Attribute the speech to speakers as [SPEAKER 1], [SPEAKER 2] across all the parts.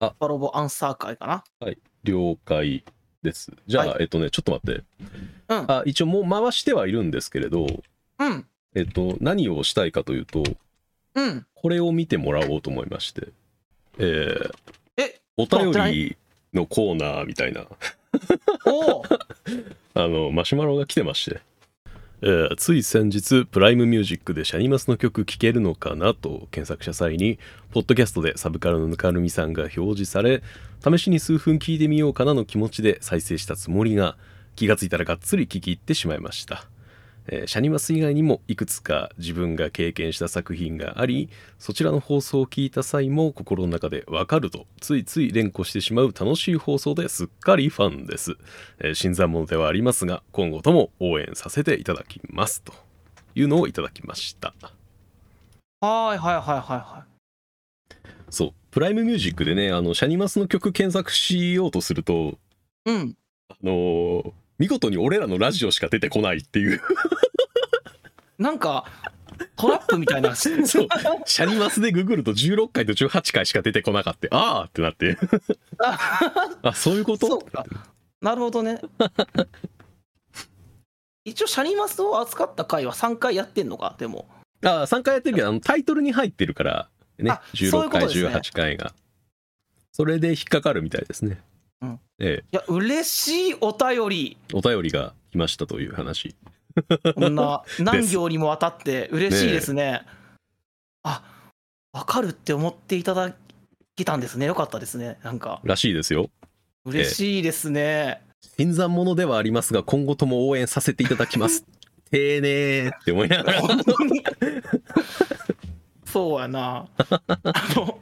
[SPEAKER 1] あ
[SPEAKER 2] パロボアンサー会か
[SPEAKER 1] 了解です。じゃあ、
[SPEAKER 2] は
[SPEAKER 1] えっとね、ちょっと待って。
[SPEAKER 2] うん
[SPEAKER 1] あ一応もう回してはいるんですけれど、
[SPEAKER 2] な。うん。
[SPEAKER 1] えっと、何をしたいかというと、
[SPEAKER 2] うん。
[SPEAKER 1] これを見てもらおうと思いまして、えー、
[SPEAKER 2] え、
[SPEAKER 1] お便りのコーナーみたいな、
[SPEAKER 2] おお
[SPEAKER 1] あの、マシュマロが来てまして、えーつい先日、プライムミュージックでシャニマスの曲聴けるのかなと検索した際に、ポッドキャストでサブカルのぬかるみさんが表示され、試しに数分聞いてみようかなの気持ちで再生したつもりが、気がついたらがっつり聞き入ってしまいました。えーシャニマス以外にもいくつか自分が経験した作品がありそちらの放送を聞いた際も心の中でわかるとついつい連呼してしまう楽しい放送ですっかりファンです、えー新参者ではありますが今後とも応援させていただきますというのをいただきました
[SPEAKER 2] はーいはいはいはいは
[SPEAKER 1] そうプライムミュージックでねあのシャニマスの曲検索しようとすると
[SPEAKER 2] い。うん。
[SPEAKER 1] あのー見事に俺らのラジオしか出てこないっていう
[SPEAKER 2] なんか、トラップみ たいな。そう
[SPEAKER 1] そうシャニマスでググると16回と18回しか出てこなかったああってなってあそういうこと
[SPEAKER 2] そうか。なるほど ね。一応、シャニマスを扱った回は3回やってんのか、でも。
[SPEAKER 1] あ3回やってるけどあのタイトルに入ってるからね
[SPEAKER 2] あそういうこ
[SPEAKER 1] 16回、
[SPEAKER 2] とですね
[SPEAKER 1] 18回がそれで引っかかるみたいですね、
[SPEAKER 2] うん
[SPEAKER 1] ええ
[SPEAKER 2] いや、嬉しいお便り。
[SPEAKER 1] お便りが来ましたという話
[SPEAKER 2] こん な何行にもわたって嬉しいですね。あわかるって思っていただけたんですね。よかったですね。なんから
[SPEAKER 1] しいですよ
[SPEAKER 2] 嬉しいですね。
[SPEAKER 1] 新参者ではありますが今後とも応援させていただきます 丁寧って思いながら
[SPEAKER 2] そうやな。あの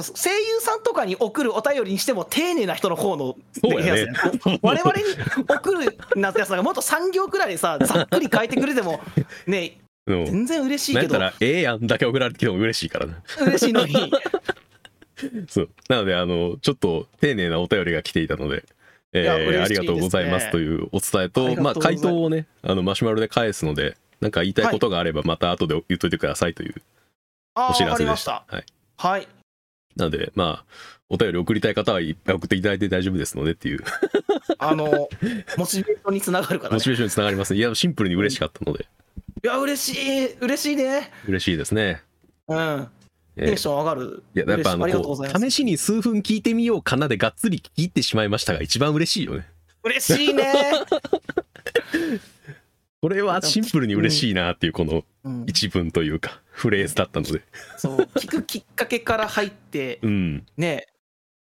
[SPEAKER 2] そう声優さんとかに送るお便りにしても丁寧な人の方の
[SPEAKER 1] そうやね
[SPEAKER 2] やつや 我々に送るなやつがもっと産業くらいでさざっくり書いてくれてもね
[SPEAKER 1] うん
[SPEAKER 2] 全然嬉しい
[SPEAKER 1] なん
[SPEAKER 2] け
[SPEAKER 1] やった
[SPEAKER 2] ど
[SPEAKER 1] ら「ええやん」だけ送られてきても嬉しいからね
[SPEAKER 2] 嬉しいの に
[SPEAKER 1] そうなのであのちょっと丁寧なお便りが来ていたので、えー
[SPEAKER 2] いや嬉しいですね
[SPEAKER 1] ありがとうございますというお伝えと
[SPEAKER 2] あり
[SPEAKER 1] まあ
[SPEAKER 2] がとうござい
[SPEAKER 1] 回
[SPEAKER 2] ます
[SPEAKER 1] 答をねあのマシュマロで返すのでなんか言いたいことがあればまた後で言っといてくださいという
[SPEAKER 2] あ
[SPEAKER 1] お知
[SPEAKER 2] ーわ
[SPEAKER 1] ら
[SPEAKER 2] か
[SPEAKER 1] せ
[SPEAKER 2] り
[SPEAKER 1] で
[SPEAKER 2] ま
[SPEAKER 1] し
[SPEAKER 2] したた。
[SPEAKER 1] はい、
[SPEAKER 2] はい
[SPEAKER 1] なのでまあお便り送りたい方はいっぱい送っていただいて大丈夫ですのでっていう
[SPEAKER 2] あの、モチベーションにつながるから
[SPEAKER 1] モ
[SPEAKER 2] ね
[SPEAKER 1] チ。ベーションにつながりますねいやシンプルに嬉しかったので
[SPEAKER 2] いや、嬉しい、嬉しいね。
[SPEAKER 1] 嬉しいですね、
[SPEAKER 2] うん。
[SPEAKER 1] えー
[SPEAKER 2] テンション上がる。
[SPEAKER 1] いややっぱ
[SPEAKER 2] 嬉しい
[SPEAKER 1] あ
[SPEAKER 2] あ
[SPEAKER 1] の
[SPEAKER 2] りがとう
[SPEAKER 1] こ
[SPEAKER 2] ございうます。
[SPEAKER 1] 試しに数分聞いてみようかなでがっつり聞き入ってしまいましたが一番嬉しいよね
[SPEAKER 2] 嬉しいね。
[SPEAKER 1] これはシンプルに嬉しいなっていうこの
[SPEAKER 2] うん、
[SPEAKER 1] 一文というかフレーズだったので
[SPEAKER 2] そう、聞くきっかけから入って、
[SPEAKER 1] うん
[SPEAKER 2] ね。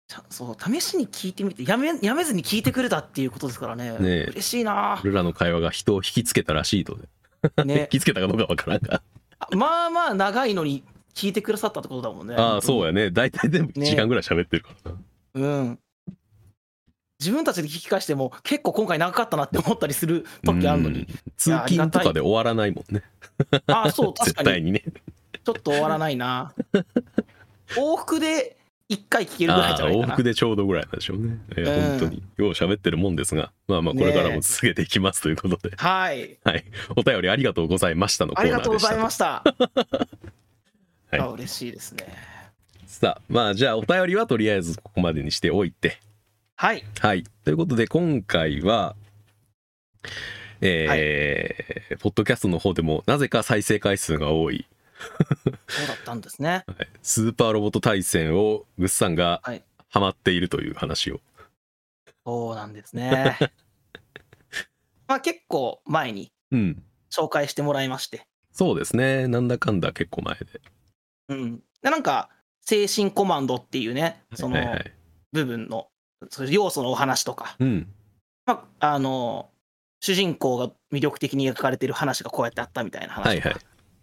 [SPEAKER 2] ちゃそう、試しに聞いてみて、やめ、やめずに聞いてくれたっていうことですからね。
[SPEAKER 1] ねえ
[SPEAKER 2] 嬉しいな。
[SPEAKER 1] 俺らの会話が人を引きつけたらしいと、ね、引
[SPEAKER 2] ね。
[SPEAKER 1] きつけたかどうかわからんが、
[SPEAKER 2] あまあまあ長いのに、聞いてくださったってことだもんね。
[SPEAKER 1] ああそう
[SPEAKER 2] や。
[SPEAKER 1] やね大体全部1
[SPEAKER 2] ね
[SPEAKER 1] 時間ぐらい喋ってるからな、
[SPEAKER 2] うん。自分たちで聞き返しても結構今回長かったなって思ったりする時あるの
[SPEAKER 1] う
[SPEAKER 2] に
[SPEAKER 1] ん通勤とかで終わらないもんね
[SPEAKER 2] ああそう確
[SPEAKER 1] 絶
[SPEAKER 2] かに
[SPEAKER 1] 対にね
[SPEAKER 2] ちょっと終わらない な。往復で1回聞けるぐら
[SPEAKER 1] あ
[SPEAKER 2] い
[SPEAKER 1] あ
[SPEAKER 2] じゃない
[SPEAKER 1] 往
[SPEAKER 2] かな
[SPEAKER 1] 復。でちょうどぐらいなんでしょうね、えー
[SPEAKER 2] うん
[SPEAKER 1] 本当によう喋ってるもんですがまあまあこれからも続けていきますということで、
[SPEAKER 2] はい。
[SPEAKER 1] はいお便りありがとうございましたのコ
[SPEAKER 2] あ
[SPEAKER 1] ー
[SPEAKER 2] り
[SPEAKER 1] ナ
[SPEAKER 2] がと
[SPEAKER 1] ー
[SPEAKER 2] うご
[SPEAKER 1] でし
[SPEAKER 2] ざい
[SPEAKER 1] た
[SPEAKER 2] ました。
[SPEAKER 1] はい
[SPEAKER 2] あ嬉しいですね。
[SPEAKER 1] さあまあじゃあお便りはとりあえずここまでにしておいて
[SPEAKER 2] はい。
[SPEAKER 1] はい。ということで、今回は、えーポッドキャストの方でも、なぜか再生回数が多い、
[SPEAKER 2] そうだったんですね。
[SPEAKER 1] スーパーロボット対戦を、ぐっさんが
[SPEAKER 2] はい
[SPEAKER 1] ハマっているという話を。
[SPEAKER 2] そうなんです ね。まあ結構前に
[SPEAKER 1] うん。
[SPEAKER 2] 紹介してもらいまして。
[SPEAKER 1] そうですね。なんだかんだ結構前で。
[SPEAKER 2] うん。でなんか、精神コマンドっていうね、そ
[SPEAKER 1] はいは
[SPEAKER 2] の
[SPEAKER 1] い。
[SPEAKER 2] 部分の、そういう要素のお話とか、
[SPEAKER 1] うん。
[SPEAKER 2] まあ、あの、主人公が魅力的に描かれてる話がこうやってあったみたいな話とか、
[SPEAKER 1] はいはい。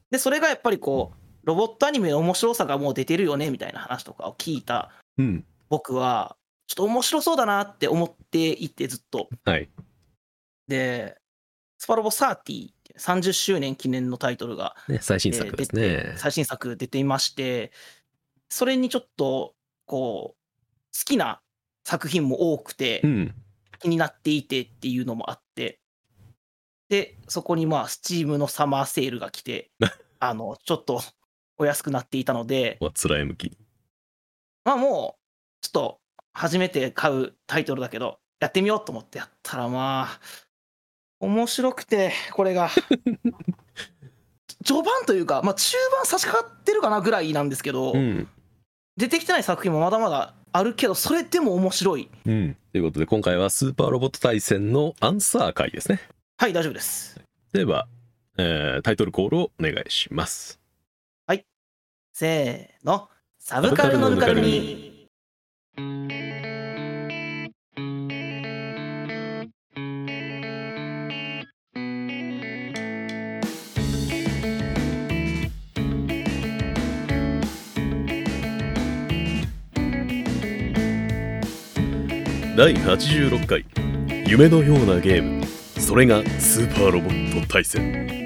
[SPEAKER 2] でそれがやっぱりこうロボットアニメの面白さがもう出てるよねみたいな話とかを聞いた
[SPEAKER 1] うん。
[SPEAKER 2] 僕はちょっと面白そうだなって思っていてずっと
[SPEAKER 1] はい。
[SPEAKER 2] でスパロボ30 30周年記念のタイトルが
[SPEAKER 1] ね、最新作ですね。
[SPEAKER 2] 最新作出ていましてそれにちょっとこう好きな作品も多くて
[SPEAKER 1] うん。
[SPEAKER 2] 気になっていてっていうのもあってでそこにまあスチームのサマーセールが来 てあのちょっとお安くなっていたので
[SPEAKER 1] は辛い向き。
[SPEAKER 2] まあもう、ちょっと初めて買うタイトルだけど、やってみようと思ってやったらまあ、面白くて、これが。序盤というか、まあ中盤差し掛かってるかなぐらいなんですけど、
[SPEAKER 1] うん。
[SPEAKER 2] 出てきてない作品もまだまだあるけど、それでも面白い。
[SPEAKER 1] うん。ということで、今回はスーパーロボット対戦のアンサー回ですね。
[SPEAKER 2] はい、大丈夫です。
[SPEAKER 1] では、えータイトルコールをお願いします。
[SPEAKER 2] せーの、サブカルのぬかるみ。
[SPEAKER 1] 第86回、夢のようなゲーム、それがスーパーロボット対戦。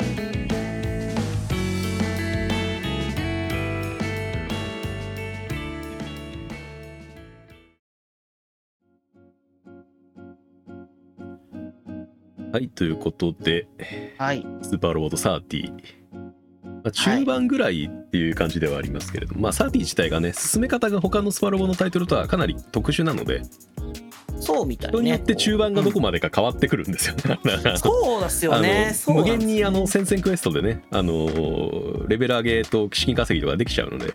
[SPEAKER 1] はい、ということで、
[SPEAKER 2] はい、
[SPEAKER 1] スーパーロボット30。まあ、中盤ぐらいっていう感じではありますけれども、まあ30自体がね進め方が他のスパロボのタイトルとはかなり特殊なので
[SPEAKER 2] そうみたいね。
[SPEAKER 1] 人によって中盤がどこまでか変わってくるんですよね。だか ら
[SPEAKER 2] そうですよ
[SPEAKER 1] あ
[SPEAKER 2] ね
[SPEAKER 1] の。
[SPEAKER 2] そう
[SPEAKER 1] 無
[SPEAKER 2] なん
[SPEAKER 1] 限
[SPEAKER 2] です
[SPEAKER 1] にあの戦線クエストでね、あのーレベル上げと資金稼ぎとかできちゃうので、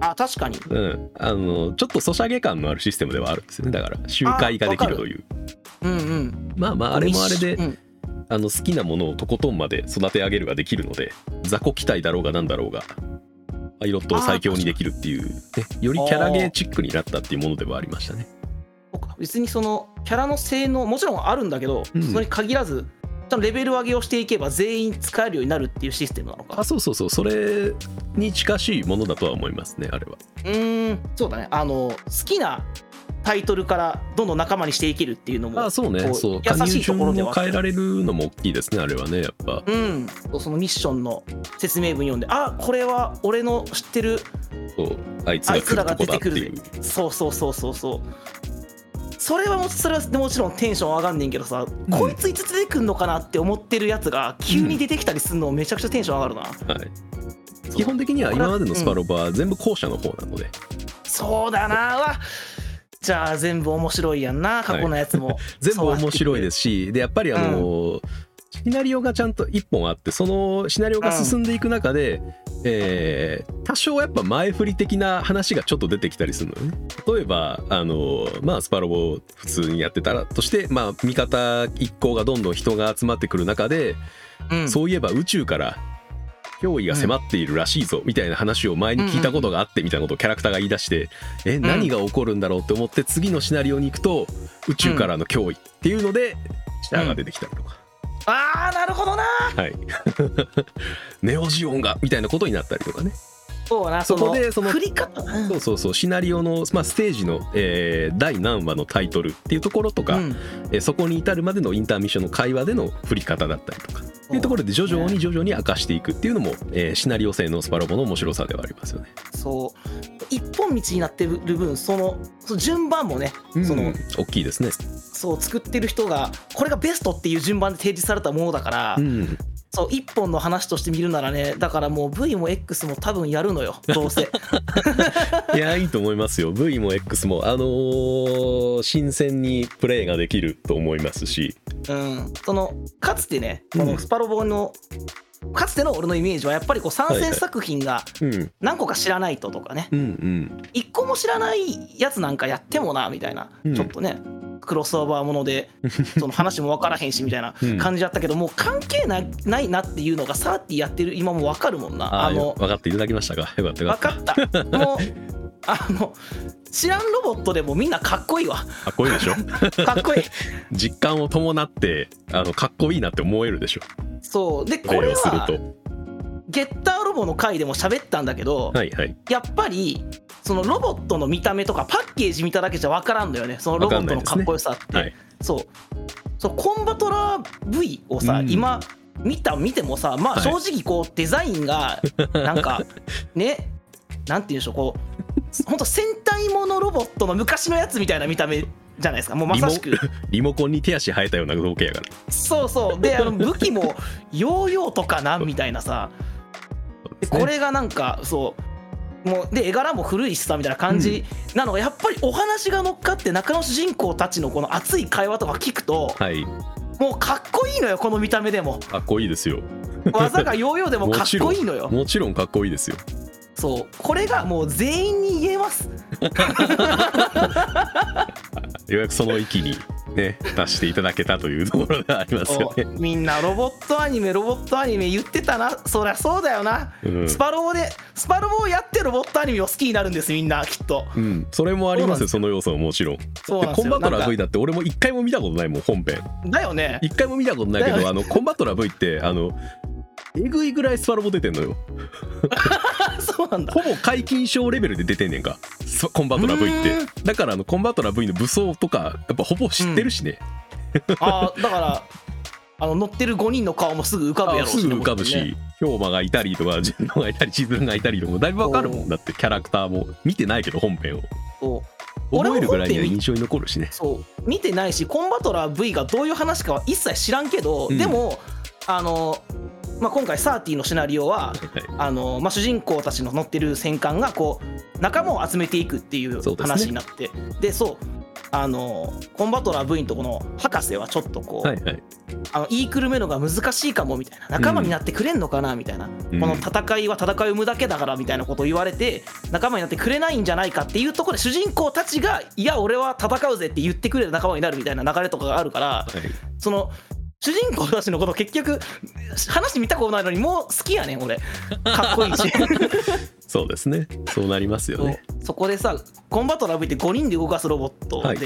[SPEAKER 2] あ、確かに。
[SPEAKER 1] うんあのーちょっとソシャゲ感のあるシステムではあるんですよねだから周回ができるという
[SPEAKER 2] うんうん。
[SPEAKER 1] まあまああれもあれで、
[SPEAKER 2] うん
[SPEAKER 1] あの好きなものをとことんまで育て上げるができるので雑魚機体だろうがなんだろうがパイロットを最強にできるっていう、ね、よりキャラゲーチックになったっていうものではありましたね。
[SPEAKER 2] そうか別にそのキャラの性能もちろんあるんだけど、
[SPEAKER 1] うん
[SPEAKER 2] それに限らずちゃんとレベル上げをしていけば全員使えるようになるっていうシステムなのか
[SPEAKER 1] あそうそうそうそれに近しいものだとは思いますねあれは。
[SPEAKER 2] うーんそうだねあの好きなタイトルからどんどん仲間にしていけるっていうのも
[SPEAKER 1] あそう
[SPEAKER 2] こ
[SPEAKER 1] ね
[SPEAKER 2] う
[SPEAKER 1] そう加
[SPEAKER 2] 優
[SPEAKER 1] 入
[SPEAKER 2] しいと
[SPEAKER 1] 順
[SPEAKER 2] ころで
[SPEAKER 1] を
[SPEAKER 2] はあ
[SPEAKER 1] 変えられるのも大きいですねあれはねやっぱ
[SPEAKER 2] うんそうそのミッションの説明文読んであこれは俺の知ってる
[SPEAKER 1] そうあいつが来るとこだって
[SPEAKER 2] あいつらが出て
[SPEAKER 1] いう
[SPEAKER 2] そうそうそうそうそうそれはもそれはもちろんテンション上がんねんけどさ、
[SPEAKER 1] ん
[SPEAKER 2] こいついつ出てくんのかなって思ってるやつが急に出てきたりするのめちゃくちゃテンション上がるな、
[SPEAKER 1] はい基本的には今までのスパロボは全部後者の方なので、
[SPEAKER 2] そうだなあわじゃあ全部面白いやんな過去のやつ も、
[SPEAKER 1] 全部面白いですしでやっぱりあの、シナリオがちゃんと1本あってそのシナリオが進んでいく中で、えー多少やっぱ前振り的な話がちょっと出てきたりするのよね例えばあのまあスパロボを普通にやってたらとしてまあ味方一行がどんどん人が集まってくる中で、
[SPEAKER 2] うん
[SPEAKER 1] そういえば宇宙から脅威が迫っているらしいぞみたいな話を前に聞いたことがあってみたいなことをキャラクターが言い出してえ何が起こるんだろうって思って次のシナリオに行くと宇宙からの脅威っていうのでシャアが出てきたりとか
[SPEAKER 2] ああなるほどな
[SPEAKER 1] はい ネオジオンがみたいなことになったりとかね
[SPEAKER 2] そうな
[SPEAKER 1] そ
[SPEAKER 2] その
[SPEAKER 1] こでその
[SPEAKER 2] 振り方うん
[SPEAKER 1] そうそうそうシナリオのまあステージのえー第何話のタイトルっていうところとか
[SPEAKER 2] うん
[SPEAKER 1] えーそこに至るまでのインターミッションの会話での振り方だったりとかっていうところで徐々に徐々に明かしていくっていうのも、えーシナリオ性のスパロボの面白さではありますよね。
[SPEAKER 2] そう一本道になってる分そのその順番もね、その
[SPEAKER 1] 大きいですね。
[SPEAKER 2] そう作ってる人がこれがベストっていう順番で提示されたものだから、
[SPEAKER 1] うん、
[SPEAKER 2] そう一本の話として見るならねだからもう V も X も多分やるの よどうせ
[SPEAKER 1] いやいいと思いますよ V も X も、あのー新鮮にプレイができると思いますし、
[SPEAKER 2] うんそのかつてねこ
[SPEAKER 1] う
[SPEAKER 2] の
[SPEAKER 1] ん
[SPEAKER 2] スパロボの、かつての俺のイメージはやっぱりこう参戦作品が
[SPEAKER 1] うん、うん
[SPEAKER 2] 何個か知らないととかね
[SPEAKER 1] うん
[SPEAKER 2] 一個も知らないやつなんかやってもなみたいな、
[SPEAKER 1] うん
[SPEAKER 2] ちょっとねクロスオーバーもの でその話も分からへんしみたいな
[SPEAKER 1] うん
[SPEAKER 2] 感じだったけど、もう関係ないないなっていうのがサーティやってる今も分かるもんな
[SPEAKER 1] ああ
[SPEAKER 2] の
[SPEAKER 1] 分かっていただきましたかよかったよか
[SPEAKER 2] 分
[SPEAKER 1] った
[SPEAKER 2] かったもうあの知らんロボットでもみんなかっこいいわ
[SPEAKER 1] かっこいいでしょ
[SPEAKER 2] かっこいい
[SPEAKER 1] 実感を伴ってあのかっこいいなって思えるでしょ
[SPEAKER 2] そうで
[SPEAKER 1] プ
[SPEAKER 2] こ
[SPEAKER 1] レイ
[SPEAKER 2] れ
[SPEAKER 1] をする
[SPEAKER 2] は
[SPEAKER 1] と。
[SPEAKER 2] ゲッターロボの回でも喋ったんだけど、
[SPEAKER 1] はいはい
[SPEAKER 2] やっぱりそのロボットの見た目とかパッケージ見ただけじゃ分からんのよねそのロボットのかっこよさって、
[SPEAKER 1] はい。
[SPEAKER 2] そうそうコンバトラー V をさ、
[SPEAKER 1] うん
[SPEAKER 2] 今見た見てもさまあ
[SPEAKER 1] はい
[SPEAKER 2] 正直こう、デザインがなん かねなんていうんでしょうこう本当戦隊ものロボットの昔のやつみたいな見た目じゃないですかもうまさしく
[SPEAKER 1] リモコンに手足生えたような造形やから。
[SPEAKER 2] そうそうであの武器もヨーヨーとかなみたいなさでこれがなんかそうもうで絵柄も古いしさみたいな感じなのが、やっぱりお話が乗っかって中の主人公たちのこの熱い会話とか聞くと
[SPEAKER 1] はい
[SPEAKER 2] もうかっこいいのよこの見た目で も
[SPEAKER 1] かっこいいですよ
[SPEAKER 2] 技がヨーヨーでもかっこいいのよ
[SPEAKER 1] もちろんかっこいいですよ
[SPEAKER 2] そうこれがもう全員に言えます
[SPEAKER 1] ようやくその域にね達していただけたというところがありますよね
[SPEAKER 2] そうみんなロボットアニメロボットアニメ言ってたなそりゃそうだよな、
[SPEAKER 1] うん
[SPEAKER 2] スパロボでスパロボをやってロボットアニメを好きになるんですみんなきっと
[SPEAKER 1] うん、それもありますよその要素ももちろん
[SPEAKER 2] そうなんで
[SPEAKER 1] コ
[SPEAKER 2] す
[SPEAKER 1] ン
[SPEAKER 2] よ
[SPEAKER 1] バト
[SPEAKER 2] な
[SPEAKER 1] ラ
[SPEAKER 2] んか
[SPEAKER 1] V だって俺も一回も見たことないもん本編
[SPEAKER 2] だよね
[SPEAKER 1] 一回も見たことないけ
[SPEAKER 2] だよ
[SPEAKER 1] どあのコンバトラ V ってあのえぐいぐらいスパロボ出てんのよ
[SPEAKER 2] そうなんだ
[SPEAKER 1] ほぼ解禁症レベルで出てんねんかそコンバトラ V っ
[SPEAKER 2] うーん
[SPEAKER 1] てだからあのコンバトラ V の武装とかやっぱほぼ知ってるしね、
[SPEAKER 2] あーだからあの乗ってる5人の顔もすぐ浮かぶやろ
[SPEAKER 1] あ
[SPEAKER 2] う
[SPEAKER 1] すぐ浮かぶ
[SPEAKER 2] ね
[SPEAKER 1] し氷馬がいたりとかジェンノがいたり千鶴がいたりとかもだいぶわかるもんだってキャラクターも見てないけど本編を
[SPEAKER 2] そう俺も
[SPEAKER 1] 覚えるぐらいには
[SPEAKER 2] 本編
[SPEAKER 1] 印象に残るしね
[SPEAKER 2] そう見てないしコンバトラー V がどういう話かは一切知らんけど、
[SPEAKER 1] うん
[SPEAKER 2] でもあの、まあ、今回30のシナリオは
[SPEAKER 1] はいはい
[SPEAKER 2] あの、まあ、主人公たちの乗ってる戦艦がこう仲間を集めていくっていう
[SPEAKER 1] そうですね
[SPEAKER 2] 話になってで,、そうあのコンバトラー V のとこの博士はちょっとこう、
[SPEAKER 1] はいはい
[SPEAKER 2] あの言いくるめのが難しいかもみたいな仲間になってくれんのかなみたいな、
[SPEAKER 1] うん
[SPEAKER 2] この戦いは戦いを生むだけだからみたいなことを言われて仲間になってくれないんじゃないかっていうところで主人公たちがいや俺は戦うぜって言ってくれる仲間になるみたいな流れとかがあるから
[SPEAKER 1] はい
[SPEAKER 2] その主人公たちのこと結局話見たことないのにもう好きやねん俺かっこいい し
[SPEAKER 1] そうですねそうなりますよ
[SPEAKER 2] そう
[SPEAKER 1] ね
[SPEAKER 2] そこでさコンバトラー V って5人で動かすロボットで、
[SPEAKER 1] はい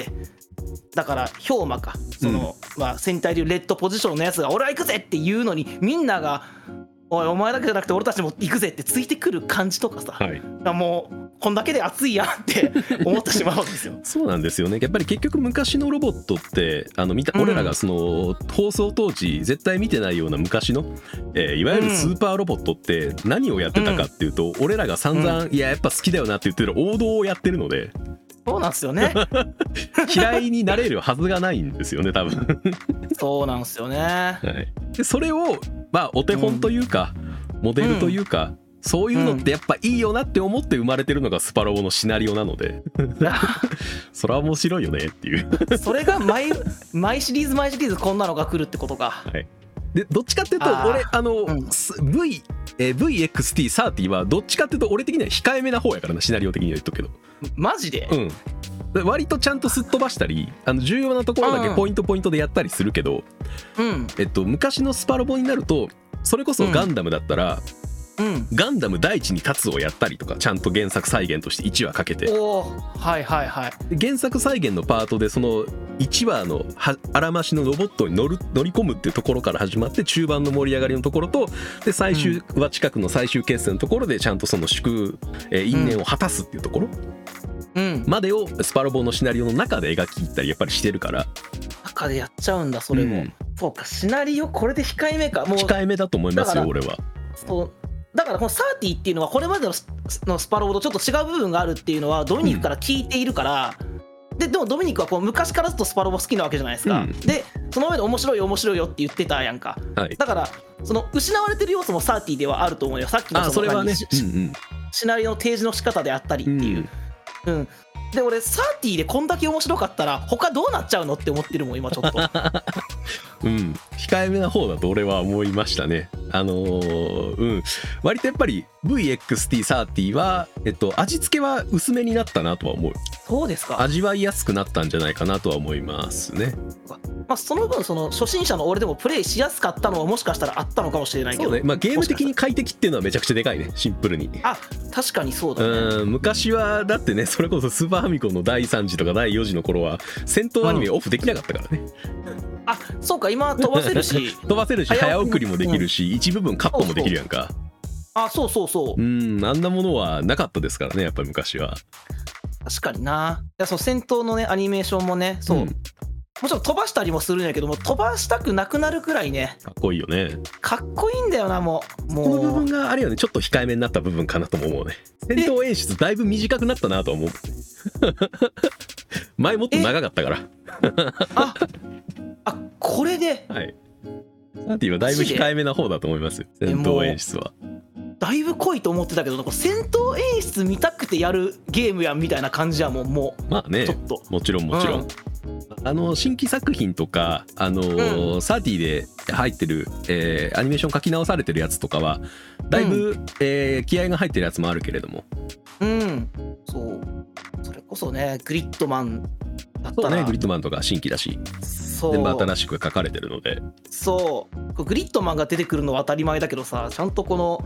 [SPEAKER 2] だから氷馬かその、まあ、戦隊でいうレッドポジションのやつが「俺は行くぜ!」って言うのにみんなが「おいお前だけじゃなくて俺たちも行くぜ!」ってついてくる感じとかさ、
[SPEAKER 1] はい
[SPEAKER 2] もうこんだけで熱いやんって 思ってしまうんですよ。
[SPEAKER 1] そうなんですよねやっぱり結局昔のロボットってあの見た
[SPEAKER 2] うん
[SPEAKER 1] 俺らがその放送当時絶対見てないような昔の、えーいわゆるスーパーロボットって何をやってたかっていうと、俺らが散々、いややっぱ好きだよなって言ってる王道をやってるの で
[SPEAKER 2] そうなんですよね。
[SPEAKER 1] 嫌いになれるはずがないんですよね多分、
[SPEAKER 2] そうなんですよね。
[SPEAKER 1] はい、でそれをまあお手本というか、モデルというか、そういうのってやっぱいいよなって思って生まれてるのがスパロボのシナリオなので それは面白いよねっていう
[SPEAKER 2] それが毎毎シリーズ毎シリーズこんなのが来るってことか。
[SPEAKER 1] でどっちかっていうと
[SPEAKER 2] あー
[SPEAKER 1] 俺あの、
[SPEAKER 2] うん
[SPEAKER 1] す v えー VXT30 はどっちかっていうと俺的には控えめな方やからなシナリオ的には言っとくけど、
[SPEAKER 2] マジで、
[SPEAKER 1] うん、で割とちゃんとすっ飛ばしたりあの重要なところだけ
[SPEAKER 2] うん
[SPEAKER 1] ポイントポイントでやったりするけど、
[SPEAKER 2] うん
[SPEAKER 1] えっと、昔のスパロボになるとそれこそガンダムだった
[SPEAKER 2] う
[SPEAKER 1] ら、
[SPEAKER 2] ん
[SPEAKER 1] ガンダム第一に立つをやったりとかちゃんと原作再現として1話かけて
[SPEAKER 2] おおはいはいはい。
[SPEAKER 1] で原作再現のパートでその1話のはあらましのロボットに乗る乗り込むっていうところから始まって中盤の盛り上がりのところとで最終話近くの最終決戦のところでちゃんとその祝、えー因縁を果たすっていうところ
[SPEAKER 2] うん、
[SPEAKER 1] までをスパロボのシナリオの中で描き切ったりやっぱりしてるから
[SPEAKER 2] 中でやっちゃうんだそれも、
[SPEAKER 1] うん
[SPEAKER 2] そうかシナリオこれで控えめかもう
[SPEAKER 1] 控えめだと思います
[SPEAKER 2] だか
[SPEAKER 1] よ
[SPEAKER 2] ら
[SPEAKER 1] 俺は。
[SPEAKER 2] そうだからこの30っていうのはこれまでのスのスパロボとちょっと違う部分があるっていうのはドミニクから聞いているから、ででもドミニクはこう昔からずっとスパロボ好きなわけじゃないですか、
[SPEAKER 1] うん
[SPEAKER 2] でその上で面白い面白いよって言ってたやんか
[SPEAKER 1] はい
[SPEAKER 2] だからその失われてる要素も30ではあると思うよさっきの
[SPEAKER 1] あそ
[SPEAKER 2] の
[SPEAKER 1] れはね、
[SPEAKER 2] し
[SPEAKER 1] うん
[SPEAKER 2] シナリオの提示の仕方であったりっ
[SPEAKER 1] う
[SPEAKER 2] て
[SPEAKER 1] ん
[SPEAKER 2] いう、うんで俺30でこんだけ面白かったら他どうなっちゃうのって思ってるもん今ちょっ と
[SPEAKER 1] うん、控えめな方だと俺は思いましたね。あのーうん、割とやっぱり VXT30 は、えっと、味付けは薄めになったなとは思う。
[SPEAKER 2] そうですか
[SPEAKER 1] 味わいやすくなったんじゃないかなとは思いますね。
[SPEAKER 2] まあ、その分その初心者の俺でもプレイしやすかったのはもしかしたらあったのかもしれないけ
[SPEAKER 1] そ
[SPEAKER 2] ど、
[SPEAKER 1] うね、まあ、ゲーム的に快適っていうのはめちゃくちゃでかいね、シンプルに。
[SPEAKER 2] あ確かにそうだね
[SPEAKER 1] うん昔はだってねそれこそスーパーファミコンの第3次とか第4次の頃は戦闘アニメオフできなかったからね、
[SPEAKER 2] あそうか今飛ばせるし
[SPEAKER 1] 飛ばせるし
[SPEAKER 2] 早
[SPEAKER 1] 早
[SPEAKER 2] 送り
[SPEAKER 1] 送りもできるし、一部分カットもできるやんか
[SPEAKER 2] あそうそうそう
[SPEAKER 1] うんあんなものはなかったですからねやっぱり昔は
[SPEAKER 2] 確かにないやそう戦闘のねアニメーションもねそう、
[SPEAKER 1] ん
[SPEAKER 2] もちろん飛ばしたりもするんやけども飛ばしたくなくなるくらいね
[SPEAKER 1] かっこいいよね
[SPEAKER 2] かっこいいんだよなもう
[SPEAKER 1] この部
[SPEAKER 2] も
[SPEAKER 1] 分
[SPEAKER 2] う
[SPEAKER 1] があれよねちょっと控えめになった部分かなとも思うね戦闘演出だいぶ短くなったなとは思う 前もっと長かったから
[SPEAKER 2] ああこれで
[SPEAKER 1] はいサーティはだいぶ控えめな方だと思いますよ
[SPEAKER 2] え
[SPEAKER 1] 戦闘演出は
[SPEAKER 2] だいぶ濃いと思ってたけどなんか戦闘演出見たくてやるゲームやんみたいな感じやもんも
[SPEAKER 1] まあ
[SPEAKER 2] う
[SPEAKER 1] ね
[SPEAKER 2] ちょっと、
[SPEAKER 1] もちろんもちろん、
[SPEAKER 2] うん
[SPEAKER 1] あの新規作品とかあのーサーティで入ってる、えーアニメーション書き直されてるやつとかはだいぶ、えー気合が入ってるやつもあるけれども
[SPEAKER 2] うんそうそれこそねグリッドマンだっ
[SPEAKER 1] そ
[SPEAKER 2] た
[SPEAKER 1] う
[SPEAKER 2] ら
[SPEAKER 1] ねグリッドマンとか新規だし
[SPEAKER 2] そう
[SPEAKER 1] 全部新しく書かれてるので
[SPEAKER 2] そうこうグリッドマンが出てくるのは当たり前だけどさちゃんとこの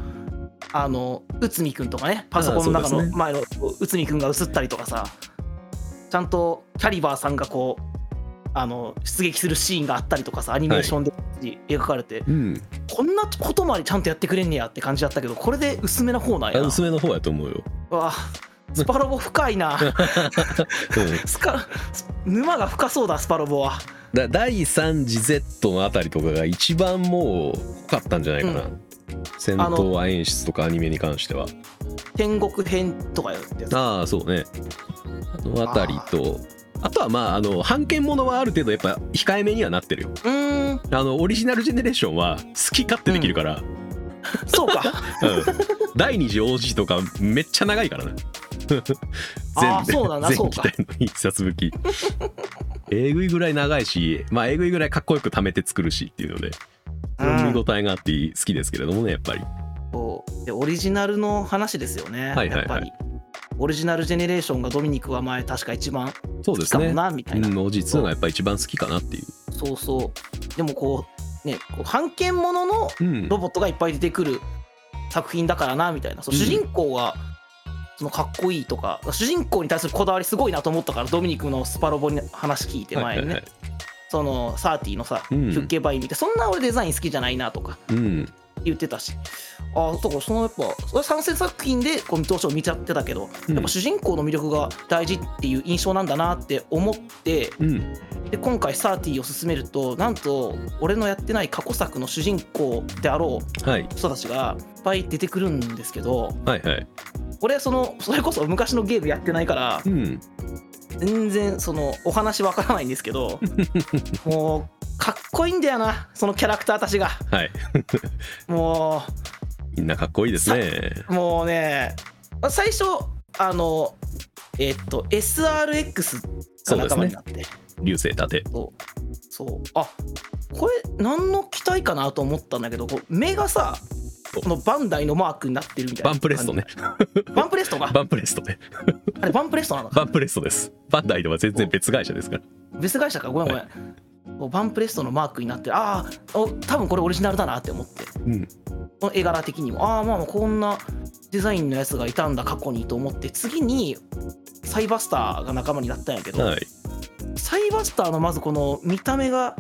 [SPEAKER 2] あの内海君とかねパソコンの中
[SPEAKER 1] ああそう
[SPEAKER 2] の
[SPEAKER 1] です
[SPEAKER 2] 前の内海君が映ったりとかさちゃんとキャリバーさんがこうあの出撃するシーンがあったりとかさアニメーションで描かれて、
[SPEAKER 1] うん
[SPEAKER 2] こんなことまでちゃんとやってくれんねやって感じだったけどこれで薄めな方なんやな
[SPEAKER 1] 薄めの方やと 思うよ、
[SPEAKER 2] うわスパロボ深い な
[SPEAKER 1] うん
[SPEAKER 2] スカス沼が深そうだスパロボは
[SPEAKER 1] だ第3次 Z のあたりとかが一番もう濃かったんじゃないかな、
[SPEAKER 2] う
[SPEAKER 1] 戦闘は演出とかアニメに関しては
[SPEAKER 2] 天国編とかやってやつ
[SPEAKER 1] ああそうねあのあたりとあとはまああの版権ものはある程度やっぱ控えめにはなってるよ
[SPEAKER 2] うーん
[SPEAKER 1] あのオリジナルジェネレーションは好き勝手できるから、
[SPEAKER 2] そうか
[SPEAKER 1] うん第2次 OG とかめっちゃ長いか らな全
[SPEAKER 2] あーそうなんだ
[SPEAKER 1] 全
[SPEAKER 2] そう
[SPEAKER 1] 機
[SPEAKER 2] か
[SPEAKER 1] 体の一冊武 器えぐいぐらい長いしまあえぐいぐらいかっこよく貯めて作るしっていうので
[SPEAKER 2] うん
[SPEAKER 1] 見応えがあって好きですけれどもねやっぱり
[SPEAKER 2] そうでオリジナルの話ですよね、
[SPEAKER 1] はいはいはい
[SPEAKER 2] やっぱりオリジナルジェネレーションがドミニクは前確か一番
[SPEAKER 1] そ
[SPEAKER 2] 好
[SPEAKER 1] うで
[SPEAKER 2] き
[SPEAKER 1] す
[SPEAKER 2] か
[SPEAKER 1] ね
[SPEAKER 2] もなみた
[SPEAKER 1] う
[SPEAKER 2] いな、
[SPEAKER 1] ん、おじ2がやっぱ一番好きかなっていう。
[SPEAKER 2] そうそうでもこうねこう版権ものの
[SPEAKER 1] うん
[SPEAKER 2] ロボットがいっぱい出てくる作品だからなみたいなそう
[SPEAKER 1] うん
[SPEAKER 2] 主人公がそのかっこいいとか主人公に対するこだわりすごいなと思ったからドミニクのスパロボに話聞いて前にね、
[SPEAKER 1] はいはい
[SPEAKER 2] そのサーティのさヒ
[SPEAKER 1] うん
[SPEAKER 2] ュッケバイ見てそんな俺デザイン好きじゃないなとか
[SPEAKER 1] はいうん、
[SPEAKER 2] 言ってたしあだからそのやっぱそれ参戦作品でこう当初見ちゃってたけど、
[SPEAKER 1] うん
[SPEAKER 2] やっぱ主人公の魅力が大事っていう印象なんだなって思って
[SPEAKER 1] うん、
[SPEAKER 2] で今回サーティを進めるとなんと俺のやってない過去作の主人公であろう
[SPEAKER 1] はい
[SPEAKER 2] 人たちがいっぱい出てくるんですけど
[SPEAKER 1] はいはい。
[SPEAKER 2] 俺そのそれこそ昔のゲームやってないから
[SPEAKER 1] うん、
[SPEAKER 2] 全然そのお話わからないんですけ どもうかっこいいんだよなそのキャラクターたちが
[SPEAKER 1] はい。
[SPEAKER 2] もう。
[SPEAKER 1] みんなかっこいいですね。
[SPEAKER 2] もうね最初あのえっと SRX が仲間になって
[SPEAKER 1] 流星盾。
[SPEAKER 2] そう,、そうあこれ何の機体かなと思ったんだけどこう目がさ
[SPEAKER 1] そう
[SPEAKER 2] このバンダイのマークになってるみたいな
[SPEAKER 1] バンプレストね。
[SPEAKER 2] バンプレストか
[SPEAKER 1] バンプレストね。
[SPEAKER 2] あれバンプレストなのか
[SPEAKER 1] バンプレストです。バンダイでは全然別会社ですから。
[SPEAKER 2] 別会社かごめんごめん、そうバンプレストのマークになってああお多分これオリジナルだなって思って
[SPEAKER 1] うん、
[SPEAKER 2] この絵柄的にもああまあまあこんなデザインのやつがいたんだ過去にと思って次にサイバスターが仲間になったんやけど、
[SPEAKER 1] はい。
[SPEAKER 2] サイバスターのまずこの見た目が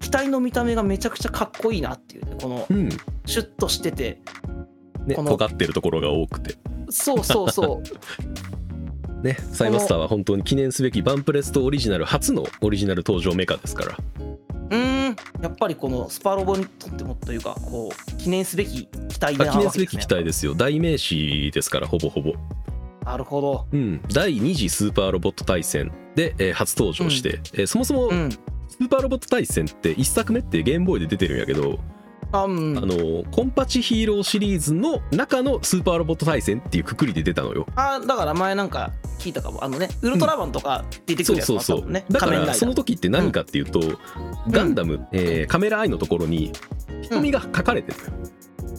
[SPEAKER 2] 機体の見た目がめちゃくちゃかっこいいなっていうねこの
[SPEAKER 1] うん、ね、
[SPEAKER 2] シュッとしててこの
[SPEAKER 1] 尖ってるところが多くて。
[SPEAKER 2] そうそう そう
[SPEAKER 1] ね、サイバスターは本当に記念すべきバンプレストオリジナル初のオリジナル登場メカですから。
[SPEAKER 2] うーんやっぱりこのスパロボにとってもというかこう記念すべき機体な
[SPEAKER 1] あ記念
[SPEAKER 2] わ
[SPEAKER 1] す
[SPEAKER 2] けです
[SPEAKER 1] べき
[SPEAKER 2] ね
[SPEAKER 1] 機体ですよ。代名詞ですから、ほぼほぼ。
[SPEAKER 2] なるほど
[SPEAKER 1] うん、第2次スーパーロボット大戦で、えー初登場して、えーそもそも
[SPEAKER 2] うん
[SPEAKER 1] スーパーロボット大戦って1作目ってゲームボーイで出てるんやけど、
[SPEAKER 2] あうん
[SPEAKER 1] あのコンパチヒーローシリーズの中のスーパーロボット大戦っていうくくりで出たのよ。
[SPEAKER 2] あだから前なんか聞いたかもあのねウルトラマンとか出てく
[SPEAKER 1] そ
[SPEAKER 2] る
[SPEAKER 1] う
[SPEAKER 2] やつも
[SPEAKER 1] そ
[SPEAKER 2] あったも
[SPEAKER 1] うそ
[SPEAKER 2] ん
[SPEAKER 1] う
[SPEAKER 2] ね
[SPEAKER 1] だか
[SPEAKER 2] 仮面
[SPEAKER 1] ら
[SPEAKER 2] ライ
[SPEAKER 1] そ
[SPEAKER 2] ダー
[SPEAKER 1] の時って何かっていうと、ガンダム、えーカメラアイのところに瞳が書かれてるのよ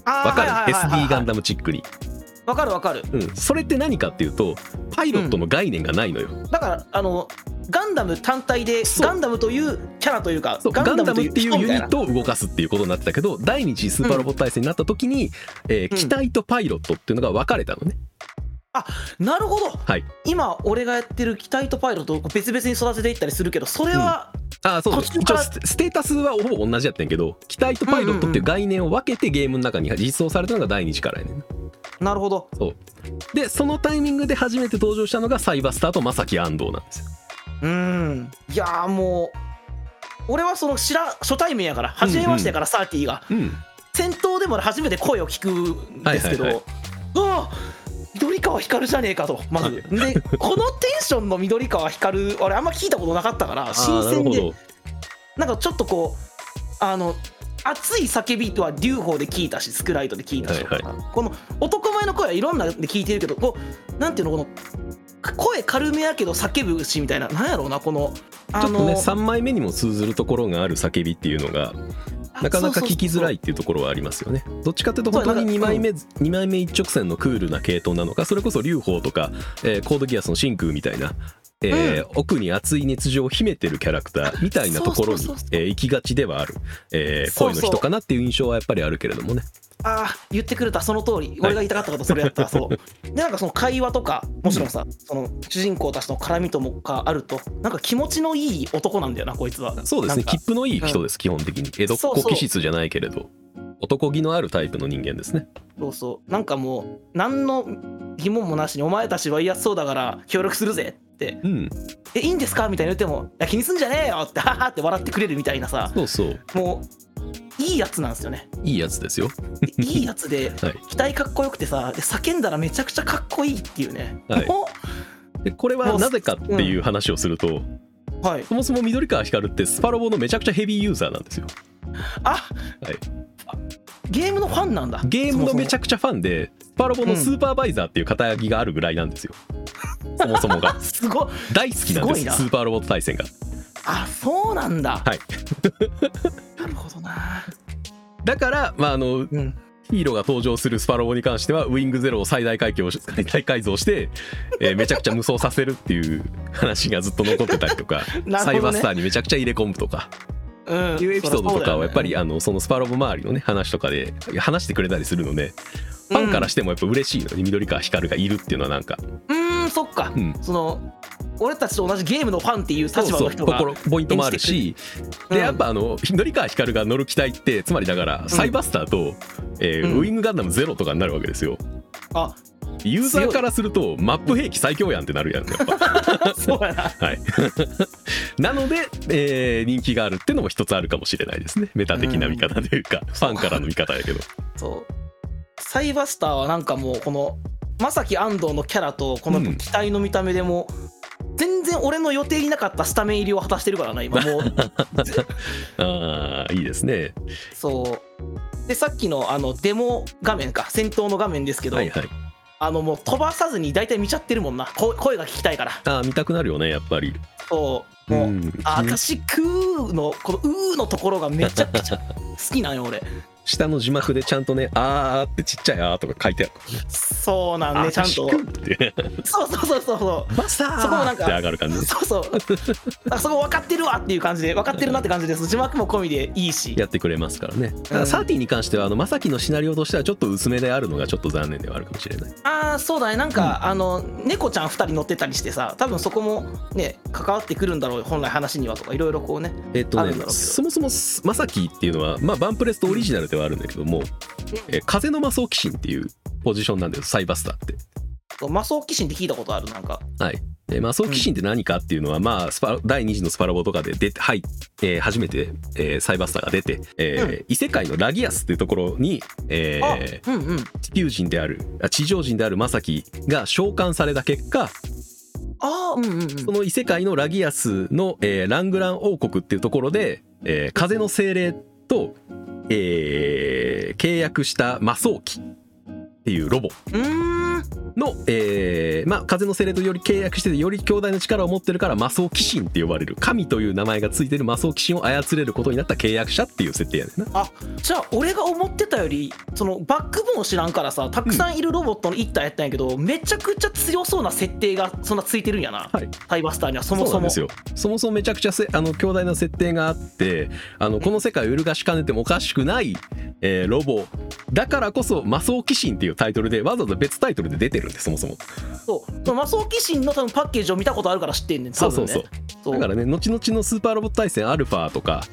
[SPEAKER 1] わ
[SPEAKER 2] わ
[SPEAKER 1] かる、SD ガン
[SPEAKER 2] ダ
[SPEAKER 1] ダムチックに、
[SPEAKER 2] わかるわかる
[SPEAKER 1] うん、それって何かっていうとパイロットの概念がないのよ、
[SPEAKER 2] だからあのガンダム単体で
[SPEAKER 1] そう
[SPEAKER 2] ガンダムというキャラというか
[SPEAKER 1] そうガンダムっていう
[SPEAKER 2] 人
[SPEAKER 1] ユ
[SPEAKER 2] みた
[SPEAKER 1] ニ
[SPEAKER 2] な
[SPEAKER 1] ットを動かすっていうことになってたけど第二次スーパーロボット大戦になった時に、えー機体とパイロットっていうのが分かれたのね、
[SPEAKER 2] なるほど、
[SPEAKER 1] はい
[SPEAKER 2] 今俺がやってる機体とパイロットを別々に育てていったりするけどそれは、
[SPEAKER 1] ああそうね
[SPEAKER 2] 途中
[SPEAKER 1] 一
[SPEAKER 2] か
[SPEAKER 1] 応
[SPEAKER 2] ら
[SPEAKER 1] ステステータスはほぼ同じやったんやけど機体とパイロットっていう概念を分けてゲームの中に実装されたのが第二次からやねん
[SPEAKER 2] なるほど
[SPEAKER 1] でそのタイミングで初めて登場したのがサイバスターと正木安藤なんですよ
[SPEAKER 2] うーんいやーもう俺はその知ら初対面やから初めましてやから、サーティが
[SPEAKER 1] うん
[SPEAKER 2] 戦闘でも初めて声を聞くんですけど、
[SPEAKER 1] はいはい
[SPEAKER 2] ああ緑川光じゃねえかとまず、でこのテンションの緑川光俺あんま聞いたことなかったから新鮮で
[SPEAKER 1] ど
[SPEAKER 2] なんかちょっとこうあの熱い叫びとは流法で聞いたしスクライトで聞いたし、
[SPEAKER 1] はいは
[SPEAKER 2] この男前の声はいろんなで聞いてるけどこうなんていうのこの声軽めやけど叫ぶしみたいななんやろうなこのあ
[SPEAKER 1] ちょ
[SPEAKER 2] の
[SPEAKER 1] っとね3枚目にも通ずるところがある叫びっていうのが
[SPEAKER 2] あ
[SPEAKER 1] なか
[SPEAKER 2] そ
[SPEAKER 1] なか
[SPEAKER 2] うそうそう
[SPEAKER 1] 聞きづらいっていうところはありますよねどっちかっていうと本当に2枚目二枚目一直線のクールな系統なのかそれこそ劉邦とか、えーコードギアスの真空みたいな、えー奥に熱い熱情を秘めてるキャラクターみたいなところに
[SPEAKER 2] そうそうそうそう
[SPEAKER 1] えー行きがちではある、えー声の人かなっていう印象はやっぱりあるけれどもね
[SPEAKER 2] ああ言ってくれたその通り俺が言いたかったことそれや った、そうでなんかその会話とかもちろんさ、その主人公たちの絡みとかあるとなんか気持ちのいい男なんだよなこいつは
[SPEAKER 1] そうです
[SPEAKER 2] な
[SPEAKER 1] ね
[SPEAKER 2] んか
[SPEAKER 1] 切符のいい人です、基本的に江戸っ
[SPEAKER 2] そう
[SPEAKER 1] 子
[SPEAKER 2] そう
[SPEAKER 1] 気質じゃないけれど男気のあるタイプの人間ですね
[SPEAKER 2] そうそうなんかもう何の疑問もなしに「お前たちは嫌そうだから協力するぜ」って
[SPEAKER 1] うん
[SPEAKER 2] 「えいいんですか?」みたいに言っても「いや気にすんじゃねえよ」って「は は」って笑ってくれるみたいなさ
[SPEAKER 1] そうそう
[SPEAKER 2] もういいやつなんですよ ね
[SPEAKER 1] いいやつですよ
[SPEAKER 2] でいいやつで
[SPEAKER 1] はい
[SPEAKER 2] 期待かっこよくてさで叫んだらめちゃくちゃかっこいいっていうね、
[SPEAKER 1] はい
[SPEAKER 2] も
[SPEAKER 1] でこれ
[SPEAKER 2] も
[SPEAKER 1] は
[SPEAKER 2] う
[SPEAKER 1] なぜかっていう話をすると、
[SPEAKER 2] うはい
[SPEAKER 1] そもそも緑川光ってスパロボのめちゃくちゃヘビーユーザーなんですよ
[SPEAKER 2] あ、
[SPEAKER 1] い
[SPEAKER 2] あゲームのファンなんだ
[SPEAKER 1] ゲームのめち
[SPEAKER 2] ゃ
[SPEAKER 1] ゃくちゃファンでスパロボのスーパーバイザーっていう肩書きがあるぐらいなんですよ、そもそ もが
[SPEAKER 2] すごい
[SPEAKER 1] 大好きなんで
[SPEAKER 2] ご
[SPEAKER 1] す
[SPEAKER 2] いな
[SPEAKER 1] スーパーロボット対戦が
[SPEAKER 2] あそうなんだ
[SPEAKER 1] はい
[SPEAKER 2] なるほどな
[SPEAKER 1] だから、まあ、あの
[SPEAKER 2] うん
[SPEAKER 1] ヒーローが登場するスパロボに関してはウィングゼロを最大改造し最大改造して、えーめちゃくちゃ無双させるっていう話がずっと残ってたりとか、
[SPEAKER 2] なるほどね
[SPEAKER 1] サイバースターにめちゃくちゃ入れ込むとか
[SPEAKER 2] うん
[SPEAKER 1] いうエピソードとかはやっぱり
[SPEAKER 2] そ
[SPEAKER 1] あのそのスパロボ周りのね話とかで話してくれたりするのでファンからしてもやっぱ嬉しいのに緑川光がいるっていうのはなんか、
[SPEAKER 2] うだよねうーんそっか
[SPEAKER 1] うん、
[SPEAKER 2] その俺たちと同じゲームのファンっていう立場の人が
[SPEAKER 1] そうそう心ポイントもあるし
[SPEAKER 2] うん
[SPEAKER 1] でやっぱあの緑川光が乗る機体ってつまりだからサイバスターと、えー
[SPEAKER 2] うん
[SPEAKER 1] ウィングガンダムゼロとかになるわけですよ
[SPEAKER 2] あ
[SPEAKER 1] ユーザーからするとマップ兵器最強やんってなるやんやっぱ
[SPEAKER 2] そうやな
[SPEAKER 1] はい なので、えー人気があるってのも一つあるかもしれないですねメタ的な見方とい うか、ファンからの見方やけど
[SPEAKER 2] そうサイバスターはなんかもうこのまさき安藤のキャラとこ
[SPEAKER 1] う
[SPEAKER 2] の
[SPEAKER 1] ん
[SPEAKER 2] 機体の見た目でも、全然俺の予定になかったスタメン入りを果たしてるからな 今もう
[SPEAKER 1] あーいいですね
[SPEAKER 2] そうでさっきのあのデモ画面か戦闘の画面ですけど、
[SPEAKER 1] はいはい
[SPEAKER 2] あのもう飛ばさずに大体見ちゃってるもんなこ声が聞きたいから
[SPEAKER 1] あー見たくなるよねやっぱり
[SPEAKER 2] そうもう、
[SPEAKER 1] ん
[SPEAKER 2] あ私クーのこの「うー」のところがめちゃくちゃ好きなんよ俺
[SPEAKER 1] 下の字幕でちゃんとね「あー」ってちっちゃい「あー」とか書いてある
[SPEAKER 2] そうなん
[SPEAKER 1] あ
[SPEAKER 2] ね
[SPEAKER 1] ー
[SPEAKER 2] ちゃんと
[SPEAKER 1] 賢いって
[SPEAKER 2] そうそうそうそうそう
[SPEAKER 1] マスタ ー
[SPEAKER 2] そこもなんか
[SPEAKER 1] って上がる感じ
[SPEAKER 2] そうそう。あそこ分かってるわっていう感じで、分かってるなって感じです。字幕も込みでいいし。
[SPEAKER 1] やってくれますからね。ただサーティに関してはあのまさきのシナリオとしてはちょっと薄めであるのがちょっと残念ではあるかもしれない。
[SPEAKER 2] ああ、そうだね。なんか、あの、猫ちゃん2人乗ってたりしてさ、多分そこもね、関わってくるんだろう、本来話にはとか、いろいろこうね。
[SPEAKER 1] えっと
[SPEAKER 2] ある
[SPEAKER 1] ね
[SPEAKER 2] んだろうけど
[SPEAKER 1] そもそもまさきっていうのはまあバンプレストオリジナルではあるんだけども、えー風の魔装騎士っていうポジションなんだよサイバスターって。
[SPEAKER 2] マソオキシンって聞いたことある、なんか。
[SPEAKER 1] で魔装騎士って何かっていうのは、まあスパ第2次のスパロボとかで出て、はいえー初めて、えーサイバスターが出て、えー異世界のラギアスっていうところに、え
[SPEAKER 2] あ
[SPEAKER 1] ー
[SPEAKER 2] うんうん。
[SPEAKER 1] 地球人であるあ地上人であるマサキが召喚された結果
[SPEAKER 2] ああ、うんうんうん。
[SPEAKER 1] その異世界のラギアスの、えーラングラン王国っていうところで、えー風の精霊と、えー契約した魔装機っていうロボ
[SPEAKER 2] うーん。
[SPEAKER 1] の、えーまあ、風の精霊とより契約しててより強大な力を持ってるから魔装騎神って呼ばれる神という名前がついてる魔装騎神を操れることになった契約者っていう設定やねんな。
[SPEAKER 2] じゃあ、俺が思ってたより、そのバックボーン知らんからさ、たくさんいるロボットの1体やったんやけど、めちゃくちゃ強そうな設定がそんなついてるんやな、
[SPEAKER 1] はい
[SPEAKER 2] タイバスターにはそも
[SPEAKER 1] うな
[SPEAKER 2] そ
[SPEAKER 1] ん
[SPEAKER 2] も
[SPEAKER 1] で。すよそもそもめちゃくちゃせあの強大な設定があってあのこの世界を揺るがしかねてもおかしくない、えーロボだからこそ「魔装騎神」っていうタイトルでわざわざ別タイトルで出てるんでそもそも、
[SPEAKER 2] そう、その魔装騎士の多分パッケージを見たことあるから知ってんねん、
[SPEAKER 1] そ
[SPEAKER 2] 多分
[SPEAKER 1] うそう
[SPEAKER 2] ね。
[SPEAKER 1] そう
[SPEAKER 2] そう
[SPEAKER 1] だからね後々の「スーパーロボット対戦アルファ」とか、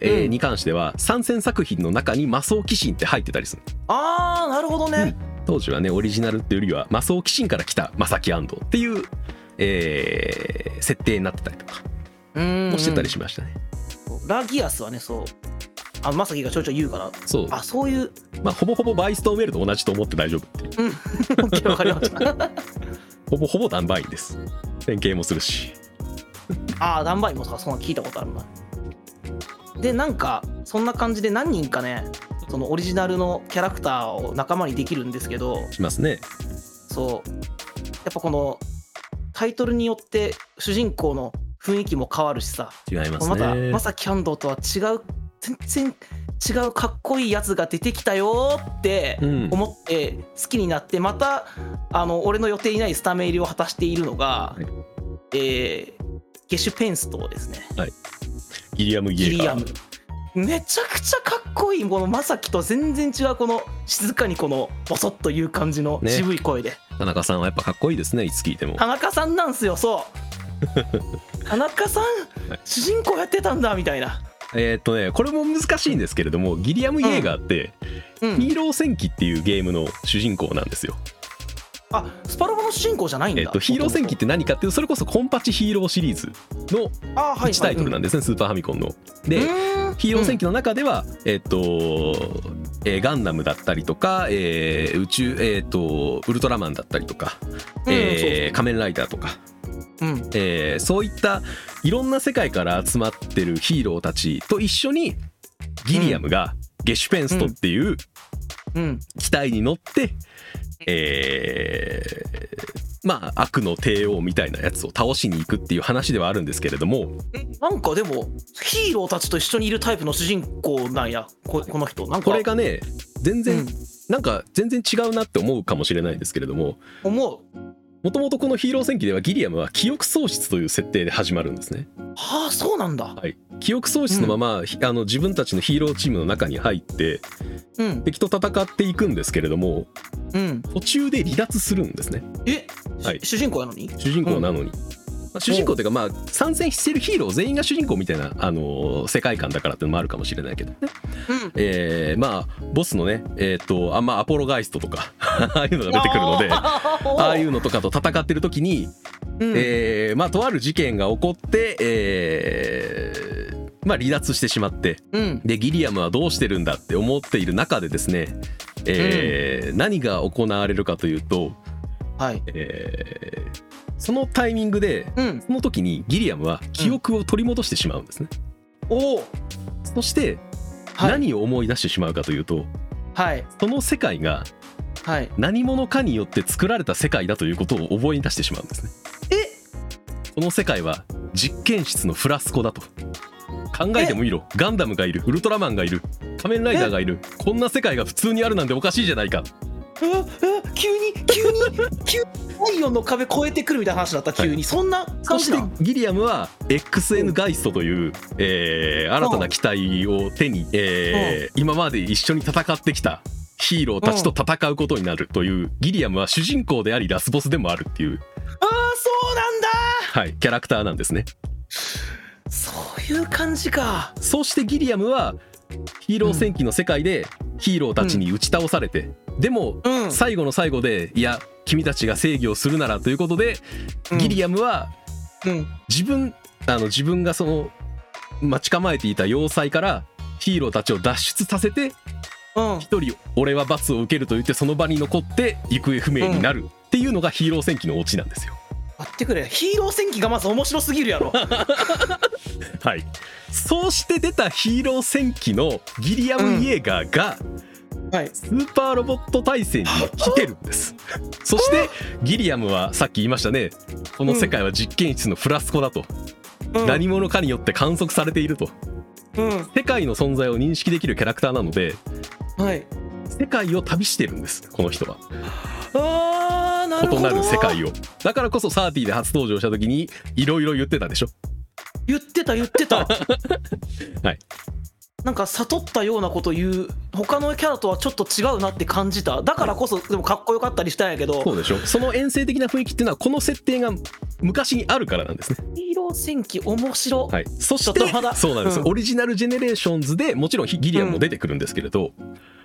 [SPEAKER 1] えー
[SPEAKER 2] うん
[SPEAKER 1] に関しては参戦作品の中に「魔装騎神」って入ってたりする
[SPEAKER 2] あー、なるほどね。
[SPEAKER 1] 当時はねオリジナルっていうよりは「魔装騎神」から来た「正木安藤」っていう、えー設定になってたりとか
[SPEAKER 2] うん。
[SPEAKER 1] もしてたりしましたね、
[SPEAKER 2] ラギアスはね、そう。あ、まさきがちょいちょい言うから、
[SPEAKER 1] そう
[SPEAKER 2] あ、そういう。
[SPEAKER 1] まあほぼほぼバイストンウェルと同じと思って大丈夫ってい
[SPEAKER 2] う
[SPEAKER 1] う
[SPEAKER 2] ん。OK わかりました。
[SPEAKER 1] ほぼほぼダンバインです。連携もするし。
[SPEAKER 2] あー、ダンバインもさ、そんな聞いたことあるな。で、なんか、そんな感じで何人かねそのオリジナルのキャラクターを仲間にできるんですけど
[SPEAKER 1] しますね。
[SPEAKER 2] そうやっぱこのタイトルによって主人公の雰囲気も変わるしさ
[SPEAKER 1] 違いま
[SPEAKER 2] ますた
[SPEAKER 1] ね。
[SPEAKER 2] まさキャンドーとは違う全然違うかっこいいやつが出てきたよーって
[SPEAKER 1] うん、
[SPEAKER 2] 思って好きになってまたあの俺の予定にないスタメン入りを果たしているのが、
[SPEAKER 1] はい
[SPEAKER 2] えーゲシュペンストーですね
[SPEAKER 1] ギリアム・
[SPEAKER 2] ギ
[SPEAKER 1] ギエ
[SPEAKER 2] リ
[SPEAKER 1] ガ
[SPEAKER 2] アム
[SPEAKER 1] ー。
[SPEAKER 2] めちゃくちゃかっこいいこのまさきと全然違うこの静かにこのボソッという感じの
[SPEAKER 1] ね
[SPEAKER 2] 渋い声で、
[SPEAKER 1] 田中さんはやっぱかっこいいですね、いつ聞いても。
[SPEAKER 2] 田中さんなんすよそう 田中さん
[SPEAKER 1] はい
[SPEAKER 2] 主人公やってたんだみたいな
[SPEAKER 1] えーっとね、これも難しいんですけれども、ギリアム・イエーガーって、
[SPEAKER 2] う
[SPEAKER 1] ヒ
[SPEAKER 2] ん
[SPEAKER 1] ーロー戦記っていうゲームの主人公なんですよ。
[SPEAKER 2] あスパロボの主人公じゃないんだ
[SPEAKER 1] えっと、ヒーロー戦記って何かっていうとそれこそコンパチヒーローシリーズの
[SPEAKER 2] あーはい
[SPEAKER 1] 1タイトルなんですね、スーパーファミコンの。で、ヒーロー戦記の中では、えっと、えーガンダムだったりとか、えー宇宙、えっと、ウルトラマンだったりとか、
[SPEAKER 2] うんうんそう
[SPEAKER 1] えー仮面ライダーとか、
[SPEAKER 2] そううん
[SPEAKER 1] えーそういったいろんな世界から集まってるヒーローたちと一緒にギリアムがゲシュペンストっていう
[SPEAKER 2] うん
[SPEAKER 1] 機体に乗って、えーまあ悪の帝王みたいなやつを倒しに行くっていう話ではあるんですけれども
[SPEAKER 2] なんかでもヒーローたちと一緒にいるタイプの主人公なんやここの人なんか
[SPEAKER 1] これがね全
[SPEAKER 2] う
[SPEAKER 1] 然、
[SPEAKER 2] ん
[SPEAKER 1] なんか全然違うなって思うかもしれないですけれども
[SPEAKER 2] 思う
[SPEAKER 1] もともとこの「ヒーロー戦記」ではギリアムは記憶喪失という設定で始まるんですね。
[SPEAKER 2] はあそうなんだ
[SPEAKER 1] はい、記憶喪失のまま、ひあの自分たちのヒーローチームの中に入って
[SPEAKER 2] うん
[SPEAKER 1] 敵と戦っていくんですけれども
[SPEAKER 2] うん
[SPEAKER 1] 途中で離脱するんですね
[SPEAKER 2] え、
[SPEAKER 1] はい
[SPEAKER 2] 主人公やのに
[SPEAKER 1] 主人公なのに、まあ主人公っていうかまあ参戦してるヒーロー全員が主人公みたいな、あのー世界観だからってのもあるかもしれないけどね、
[SPEAKER 2] うん
[SPEAKER 1] えーまあボスのねえっ、とあまあアポロガイストとか ああいうのが出てくるので。
[SPEAKER 2] あー
[SPEAKER 1] ああいうのとかと戦ってる時に、
[SPEAKER 2] うん
[SPEAKER 1] えーまあとある事件が起こって、えーまあ離脱してしまって
[SPEAKER 2] うん
[SPEAKER 1] でギリアムはどうしてるんだって思っている中でですね、えー何が行われるかというと、
[SPEAKER 2] はい
[SPEAKER 1] えーそのタイミングで
[SPEAKER 2] うん
[SPEAKER 1] その時にギリアムは記憶を取り戻してしまうんですね、
[SPEAKER 2] おお
[SPEAKER 1] そして
[SPEAKER 2] はい
[SPEAKER 1] 何を思い出してしまうかというと、
[SPEAKER 2] はい
[SPEAKER 1] その世界が
[SPEAKER 2] はい
[SPEAKER 1] 何者かによって作られた世界だということを覚え出してしまうんですね
[SPEAKER 2] え
[SPEAKER 1] その世界は実験室のフラスコだと考えてもいいろガンダムがいるウルトラマンがいる仮面ライダーがいるこんな世界が普通にあるなんておかしいじゃないか
[SPEAKER 2] ええ急に急に 急に太陽の壁越えてくるみたいな話だった急に、そんな
[SPEAKER 1] そ
[SPEAKER 2] 感
[SPEAKER 1] し
[SPEAKER 2] じ
[SPEAKER 1] て
[SPEAKER 2] なん
[SPEAKER 1] ギリアムは XN ガイストという、えー新たな機体を手に、えー今まで一緒に戦ってきたヒーローたちと戦うことになるというギリアムは主人公でありラスボスでもあるっていう、
[SPEAKER 2] ああそうなんだ
[SPEAKER 1] はい、キャラクターなんですね
[SPEAKER 2] そういう感じか
[SPEAKER 1] そしてギリアムはヒーロー戦記の世界でヒーローたちに打ち倒されて、でも
[SPEAKER 2] うん
[SPEAKER 1] 最後の最後でいや君たちが正義をするならということで、ギリアムは
[SPEAKER 2] うん
[SPEAKER 1] 自分あの自分がその待ち構えていた要塞からヒーローたちを脱出させて
[SPEAKER 2] うん
[SPEAKER 1] 一人俺は罰を受けると言ってその場に残って行方不明になるっていうのがヒーロー戦記のオチなんですよ。
[SPEAKER 2] 待ってくれヒーロー戦記がまず面白すぎる やろ
[SPEAKER 1] はい、そうして出たヒーロー戦記のギリアム・イエーガーが
[SPEAKER 2] はい
[SPEAKER 1] スーパーロボット対戦に来てるんです。そしてギリアムはさっき言いましたねこの世界は実験室のフラスコだと、
[SPEAKER 2] うん
[SPEAKER 1] 何者かによって観測されていると
[SPEAKER 2] うん
[SPEAKER 1] 世界の存在を認識できるキャラクターなので
[SPEAKER 2] はい
[SPEAKER 1] 世界を旅してるんですこの人は
[SPEAKER 2] あーなるほ
[SPEAKER 1] 異
[SPEAKER 2] ど
[SPEAKER 1] なる世界をだからこそサーティで初登場した時にいろいろ言ってたでしょ
[SPEAKER 2] 言ってた言って た
[SPEAKER 1] はい
[SPEAKER 2] なんか悟ったようなこと言う他のキャラとはちょっと違うなって感じただからこそでもかっこよかったりしたんやけど
[SPEAKER 1] そうでしょその遠征的な雰囲気っていうのはこの設定が昔にあるからなんですね、
[SPEAKER 2] ヒーロー戦記面白、
[SPEAKER 1] はい、そし
[SPEAKER 2] ちょっとま
[SPEAKER 1] て
[SPEAKER 2] だ
[SPEAKER 1] そうなんです、
[SPEAKER 2] うん
[SPEAKER 1] オリジナルジェネレーションズでもちろんギリアムも出てくるんですけれど、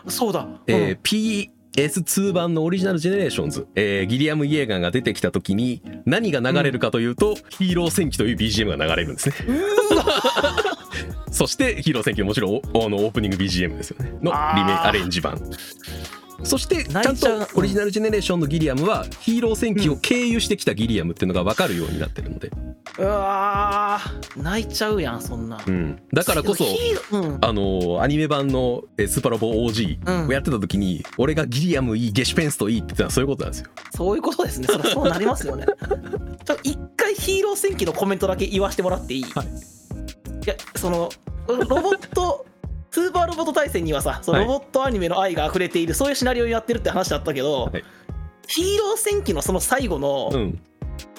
[SPEAKER 2] そうだ、
[SPEAKER 1] えー PS2 版のオリジナルジェネレーションズ、えーギリアム・イエーガンが出てきた時に何が流れるかというと、ヒーロー戦記という BGM が流れるんですね
[SPEAKER 2] うん、うわ
[SPEAKER 1] そしてヒーロー戦記もちろんおあのオープニング BGM ですよねのリメイ
[SPEAKER 2] あー
[SPEAKER 1] アレンジ版そしてちゃ
[SPEAKER 2] 泣
[SPEAKER 1] ん
[SPEAKER 2] いちゃう
[SPEAKER 1] とオリジナルジェネレーションのギリアムはヒーロー戦記を経由してきたギリアムっていうのが分かるようになってるので、
[SPEAKER 2] うわー泣いちゃうやんそんな
[SPEAKER 1] うん、だからこそ
[SPEAKER 2] ヒーうん
[SPEAKER 1] あのーアニメ版のえースーパーロボ OG
[SPEAKER 2] うん
[SPEAKER 1] をやってた時に、俺がギリアムいいゲシュペンストいいって言ったのはそういうことなんですよ
[SPEAKER 2] そういうことですねそりゃそうなりますよねちょっと一回ヒーロー戦記のコメントだけ言わせてもらっていい、
[SPEAKER 1] はい
[SPEAKER 2] いやそのロボット スーパーロボット対戦にはさその
[SPEAKER 1] はい
[SPEAKER 2] ロボットアニメの愛が溢れている、そういうシナリオをやってるって話だったけど、
[SPEAKER 1] はい
[SPEAKER 2] ヒーロー戦記のその最後の、
[SPEAKER 1] うん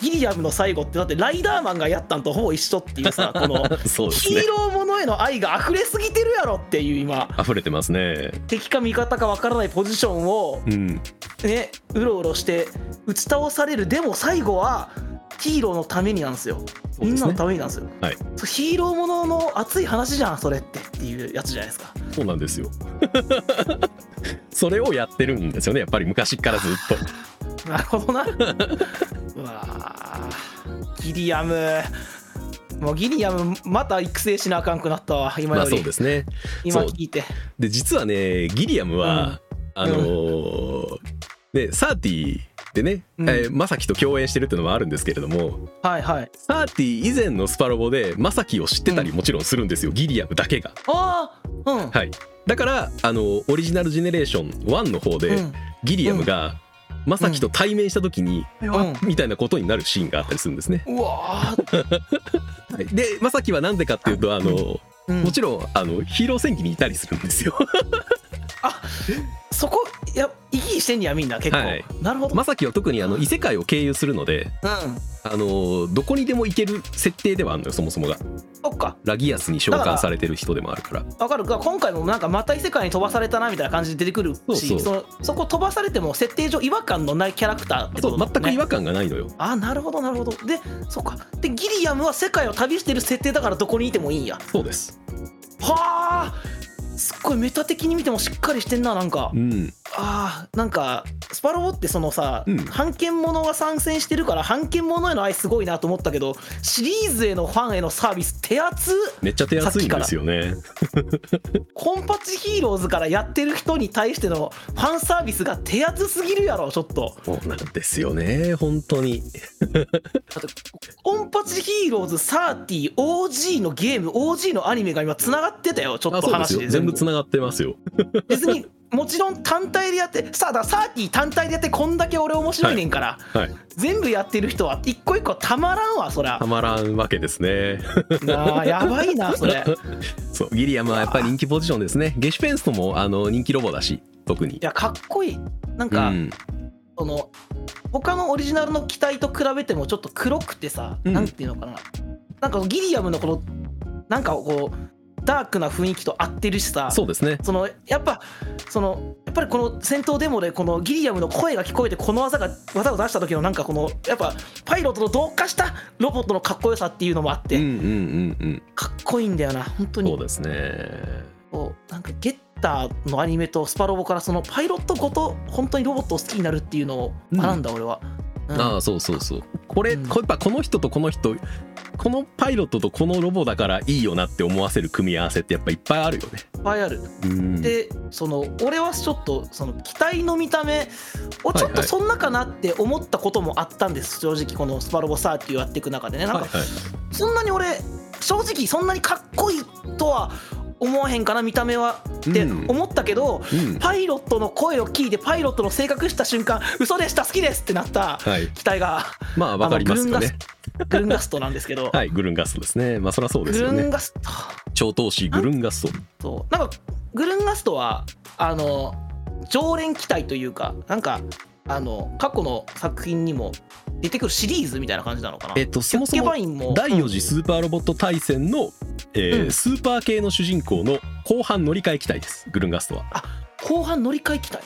[SPEAKER 2] ギリアムの最後ってだってライダーマンがやったんとほぼ一緒っていうさこの
[SPEAKER 1] そうです
[SPEAKER 2] ヒ
[SPEAKER 1] ね
[SPEAKER 2] ーローものへの愛が溢れすぎてるやろっていう今
[SPEAKER 1] 溢れてますね
[SPEAKER 2] 敵か味方かわからないポジションを
[SPEAKER 1] うん
[SPEAKER 2] ねうろうろして打ち倒されるでも最後はヒーローのためになんですよ
[SPEAKER 1] そう
[SPEAKER 2] み
[SPEAKER 1] で
[SPEAKER 2] ん
[SPEAKER 1] す
[SPEAKER 2] なの
[SPEAKER 1] ね
[SPEAKER 2] ためになんですよ
[SPEAKER 1] はい
[SPEAKER 2] そうヒーローものの熱い話じゃんそれってっていうやつじゃないですか
[SPEAKER 1] そうなんですよそれをやってるんですよねやっぱり昔からずっ と
[SPEAKER 2] なるほどなうわーギリアムもうギリアムまた育成しなあかんくなったわ今
[SPEAKER 1] ま
[SPEAKER 2] よ
[SPEAKER 1] あ
[SPEAKER 2] り、
[SPEAKER 1] そうですね
[SPEAKER 2] 今
[SPEAKER 1] そう
[SPEAKER 2] 聞いて
[SPEAKER 1] で実はねギリアムは、あのーねサーティでね、
[SPEAKER 2] うん
[SPEAKER 1] えーマサキと共演してるっていうのもあるんですけれども
[SPEAKER 2] はいはい
[SPEAKER 1] サーティ以前のスパロボでマサキを知ってたりもちろんするんですよ、ギリアムだけが
[SPEAKER 2] ああうん、
[SPEAKER 1] はいだからあのオリジナルジェネレーション1の方で、
[SPEAKER 2] うん
[SPEAKER 1] ギリアムが、マサキと対面した時に、
[SPEAKER 2] ん
[SPEAKER 1] みたいなことになるシーンがあったりするんですね、
[SPEAKER 2] うわー、
[SPEAKER 1] はいでマサキはなんでかっていうとあの、
[SPEAKER 2] うん
[SPEAKER 1] もちろんあのヒーロー戦記にいたりするんですよ
[SPEAKER 2] そこいや意義してんやみんな結構、
[SPEAKER 1] はい
[SPEAKER 2] なるほど、
[SPEAKER 1] マサキは特にあの異世界を経由するので
[SPEAKER 2] うん
[SPEAKER 1] あのどこにでも行ける設定ではあるのよそもそもが
[SPEAKER 2] そっか
[SPEAKER 1] ラギアスに召喚されてる人でもあるから
[SPEAKER 2] わかるか今回もなんかまた異世界に飛ばされたなみたいな感じで出てくるし
[SPEAKER 1] そうそう
[SPEAKER 2] のそこ飛ばされても設定上違和感のないキャラクターってこ
[SPEAKER 1] そ
[SPEAKER 2] と
[SPEAKER 1] う全
[SPEAKER 2] だもん
[SPEAKER 1] く違
[SPEAKER 2] ね
[SPEAKER 1] 和感がないのよ
[SPEAKER 2] あなるほどなるほどでそっかでギリアムは世界を旅してる設定だからどこにいてもいいんや
[SPEAKER 1] そうです
[SPEAKER 2] はあすっごいメタ的に見てもしっかりしてんななんか
[SPEAKER 1] うん
[SPEAKER 2] あーなんかスパロボってそのさ、
[SPEAKER 1] うん
[SPEAKER 2] 版権者が参戦してるから版権者への愛すごいなと思ったけどシリーズへのファンへのサービス手厚っ
[SPEAKER 1] めっちゃ手厚いんですよね
[SPEAKER 2] コンパチヒーローズからやってる人に対してのファンサービスが手厚すぎるやろちょっと
[SPEAKER 1] そうなんですよね本当に
[SPEAKER 2] コンパチヒーローズ 30OG のゲーム OG のアニメが今つながってたよちょっ
[SPEAKER 1] あ
[SPEAKER 2] と
[SPEAKER 1] そうです
[SPEAKER 2] 話
[SPEAKER 1] よ全部つながってますよ
[SPEAKER 2] 別にもちろん単体でやってさあだから30単体でやってこんだけ俺面白いねんから、
[SPEAKER 1] はい
[SPEAKER 2] 全部やってる人は一個一個たまらんわそ りゃ
[SPEAKER 1] たまらんわけですね
[SPEAKER 2] なあやばいなそれい
[SPEAKER 1] そうギリアムはやっぱり人気ポジションですねゲシュペンストもあの人気ロボだし特に
[SPEAKER 2] やかっこいいなん
[SPEAKER 1] う
[SPEAKER 2] か、
[SPEAKER 1] ん
[SPEAKER 2] その他のオリジナルの機体と比べてもちょっと黒くてさ、
[SPEAKER 1] うん
[SPEAKER 2] なんていうのかななんかギリアムのこのなんかこうダークな雰囲気と合ってるしさ
[SPEAKER 1] そうですね
[SPEAKER 2] そのやっぱそのやっぱりこの戦闘デモでこのギリアムの声が聞こえてこの技が技を出した時のなんかこのやっぱパイロットの同化したロボットのかっこよさっていうのもあっ
[SPEAKER 1] う
[SPEAKER 2] て、
[SPEAKER 1] んうんうん
[SPEAKER 2] かっこいいんだよな本当
[SPEAKER 1] うんそう
[SPEAKER 2] に
[SPEAKER 1] ですね
[SPEAKER 2] こうなんかゲッターのアニメとスパロボからそのパイロットごと本当にロボットを好きになるっていうのを学んだ、俺は。うん
[SPEAKER 1] ああそうそうそうこれ、
[SPEAKER 2] うん
[SPEAKER 1] こやっぱこの人とこの人このパイロットとこのロボだからいいよなって思わせる組み合わせってやっぱいっぱいあるよね。
[SPEAKER 2] いっぱいある、
[SPEAKER 1] うん
[SPEAKER 2] でその俺はちょっとその機体の見た目をちょっ
[SPEAKER 1] はいは
[SPEAKER 2] と
[SPEAKER 1] い
[SPEAKER 2] そんなかなって思ったこともあったんです、正直このスパロボサーティをやっていく中でねなん
[SPEAKER 1] はい
[SPEAKER 2] か
[SPEAKER 1] はい、
[SPEAKER 2] そんなに俺正直そんなにかっこいいとは思わへんかな見た目はって
[SPEAKER 1] うん
[SPEAKER 2] 思ったけど、
[SPEAKER 1] うん
[SPEAKER 2] パイロットの声を聞いてパイロットの性格した瞬間嘘でした好きですってなった
[SPEAKER 1] はい、
[SPEAKER 2] 機体が
[SPEAKER 1] まあわかりますよね。
[SPEAKER 2] グルンガストなんですけど、
[SPEAKER 1] はいグルンガストですね。まあそりゃそうで
[SPEAKER 2] グ
[SPEAKER 1] すよ
[SPEAKER 2] ルン
[SPEAKER 1] ね。
[SPEAKER 2] ガスト
[SPEAKER 1] 超投資グルンガスト。
[SPEAKER 2] そうなんかグルンガストはあの常連機体というかなんかあの過去の作品にも出てくるシリーズみたいな感じなのかな
[SPEAKER 1] えっとそもそ
[SPEAKER 2] キャッケ
[SPEAKER 1] も
[SPEAKER 2] バインも
[SPEAKER 1] 第4次スーパーロボット大戦の、えー
[SPEAKER 2] うん
[SPEAKER 1] スーパー系の主人公の後半乗り換え機体ですグルンガストは。
[SPEAKER 2] 後半乗り換え機体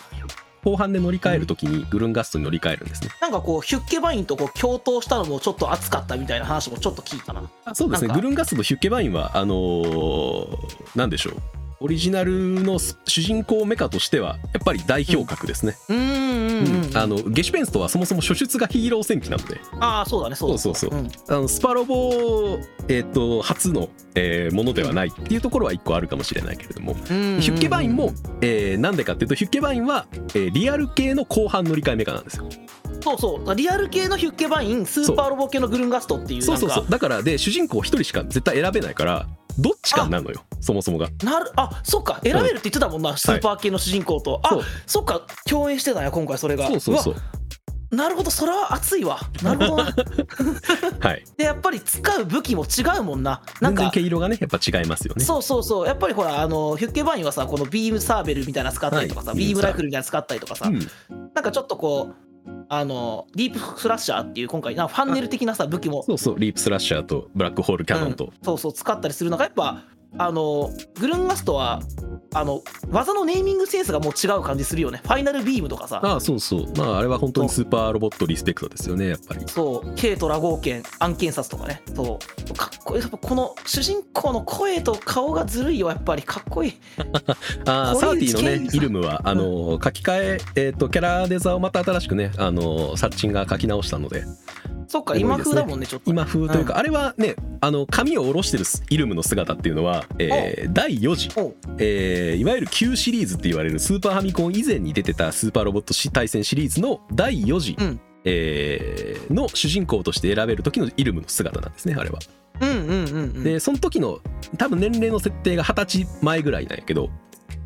[SPEAKER 1] 後半で乗り換えるときにグルンガストに乗り換えるんですね。
[SPEAKER 2] なんかこうヒュッケバインとこう共闘したのもちょっと熱かったみたいな話もちょっと聞いたな
[SPEAKER 1] あそうですね
[SPEAKER 2] なん
[SPEAKER 1] グ
[SPEAKER 2] か
[SPEAKER 1] ルンガストとヒュッケバインはあのーなんでしょうオリジナルのす主人公メカとしてはやっぱり代表格ですね、
[SPEAKER 2] うんうんうんうん
[SPEAKER 1] あのゲシュペンストはそもそも初出がヒーロー戦記なので
[SPEAKER 2] ああそうだねそうだ
[SPEAKER 1] そうそうそうんあのスパロボ、えー、と初の、えーものではないっていうところは一個あるかもしれないけれども、
[SPEAKER 2] うんうん
[SPEAKER 1] ヒュッケバインも、えーなんでかっていうとヒュッケバインは、えーリアル系の後半乗り換えメカなんですよ
[SPEAKER 2] そうそうリアル系のヒュッケバインスーパーロボ系のグルンガストっていう
[SPEAKER 1] そう
[SPEAKER 2] なん
[SPEAKER 1] そうそう
[SPEAKER 2] か
[SPEAKER 1] だからで主人公一人しか絶対選べないからどっちかなのよそもそもが
[SPEAKER 2] なるあそっか選べるって言ってたもんな、スーパー系の主人公と、
[SPEAKER 1] そう
[SPEAKER 2] あそっか共演してたんや今回それが
[SPEAKER 1] そうそうそうう
[SPEAKER 2] わなるほどそれは熱いわなるほ どな
[SPEAKER 1] はい
[SPEAKER 2] でやっぱり使う武器も違うもんななん
[SPEAKER 1] 全
[SPEAKER 2] か
[SPEAKER 1] 然毛色がねやっぱ違いますよね
[SPEAKER 2] そうそうそうやっぱりほらあのヒュッケバインはさこのビームサーベルみたいなの使ったりとかさ、
[SPEAKER 1] はい
[SPEAKER 2] ビームライフルみたいなの使ったりとかさ、
[SPEAKER 1] うん
[SPEAKER 2] なんかちょっとこうあのディープフラッシャーっていう今回なんかファンネル的なさ武器も
[SPEAKER 1] そうそうリープスラッシャーとブラックホールキャノンと、
[SPEAKER 2] そうそう使ったりするのがやっぱあのグルンガストはあの技のネーミングセンスがもう違う感じするよねファイナルビームとかさ
[SPEAKER 1] ああそうそうまああれは本当にスーパーロボットリスペクトですよねやっぱり
[SPEAKER 2] そう軽トラ合剣暗剣殺とかねそうかっこいいやっぱこの主人公の声と顔がずるいよやっぱりかっこいい
[SPEAKER 1] ああサ
[SPEAKER 2] こ
[SPEAKER 1] ー
[SPEAKER 2] れ
[SPEAKER 1] ティの
[SPEAKER 2] 一見
[SPEAKER 1] ね
[SPEAKER 2] さ
[SPEAKER 1] イルムはあのー書き換ええっ、とキャラデザをまた新しくねあのーサッチンが書き直したので
[SPEAKER 2] そっか
[SPEAKER 1] すごい
[SPEAKER 2] 今
[SPEAKER 1] です
[SPEAKER 2] 風
[SPEAKER 1] ね
[SPEAKER 2] だもんねちょっと
[SPEAKER 1] 今風というか、あれはねあの髪を下ろしてるイルムの姿っていうのは、えー第4次、
[SPEAKER 2] おう
[SPEAKER 1] えーいわゆる旧シリーズって言われるスーパーファミコン以前に出てたスーパーロボットし対戦シリーズの第4次、
[SPEAKER 2] うん
[SPEAKER 1] えーの主人公として選べる時のイルムの姿なんですねあれは。
[SPEAKER 2] うんうんうんうん
[SPEAKER 1] でその時の多分年齢の設定が二十歳前ぐらいなんやけど、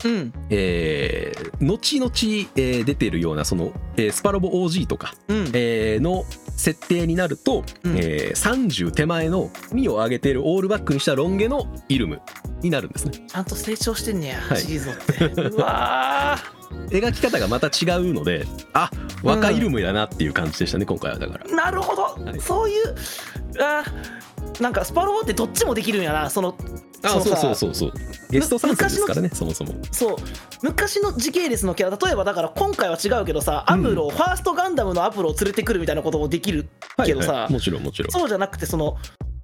[SPEAKER 2] うん
[SPEAKER 1] えー後々、えー出てるようなその、えースパロボ OG とか、
[SPEAKER 2] うん
[SPEAKER 1] えーの設定になると、
[SPEAKER 2] うん
[SPEAKER 1] えー30手前の身を上げているオールバックにしたロン毛のイルムになるんですね
[SPEAKER 2] ちゃんと成長してんねや、
[SPEAKER 1] はい
[SPEAKER 2] シリーズのってうわ
[SPEAKER 1] 描き方がまた違うのであ若イルムだなっていう感じでしたね、今回はだから
[SPEAKER 2] ーなるほど、
[SPEAKER 1] はい
[SPEAKER 2] そういうあーなんかスパロボってどっちもできるんやなその
[SPEAKER 1] あ
[SPEAKER 2] そ
[SPEAKER 1] そう
[SPEAKER 2] さ
[SPEAKER 1] うそうそうそうゲスト参戦ですからねそもそも
[SPEAKER 2] そう昔の時系列のキャラ例えばだから今回は違うけどさアムロ、ファーストガンダムのアムロを連れてくるみたいなこともできるけどさ、
[SPEAKER 1] もちろんもちろん
[SPEAKER 2] そうじゃなくてその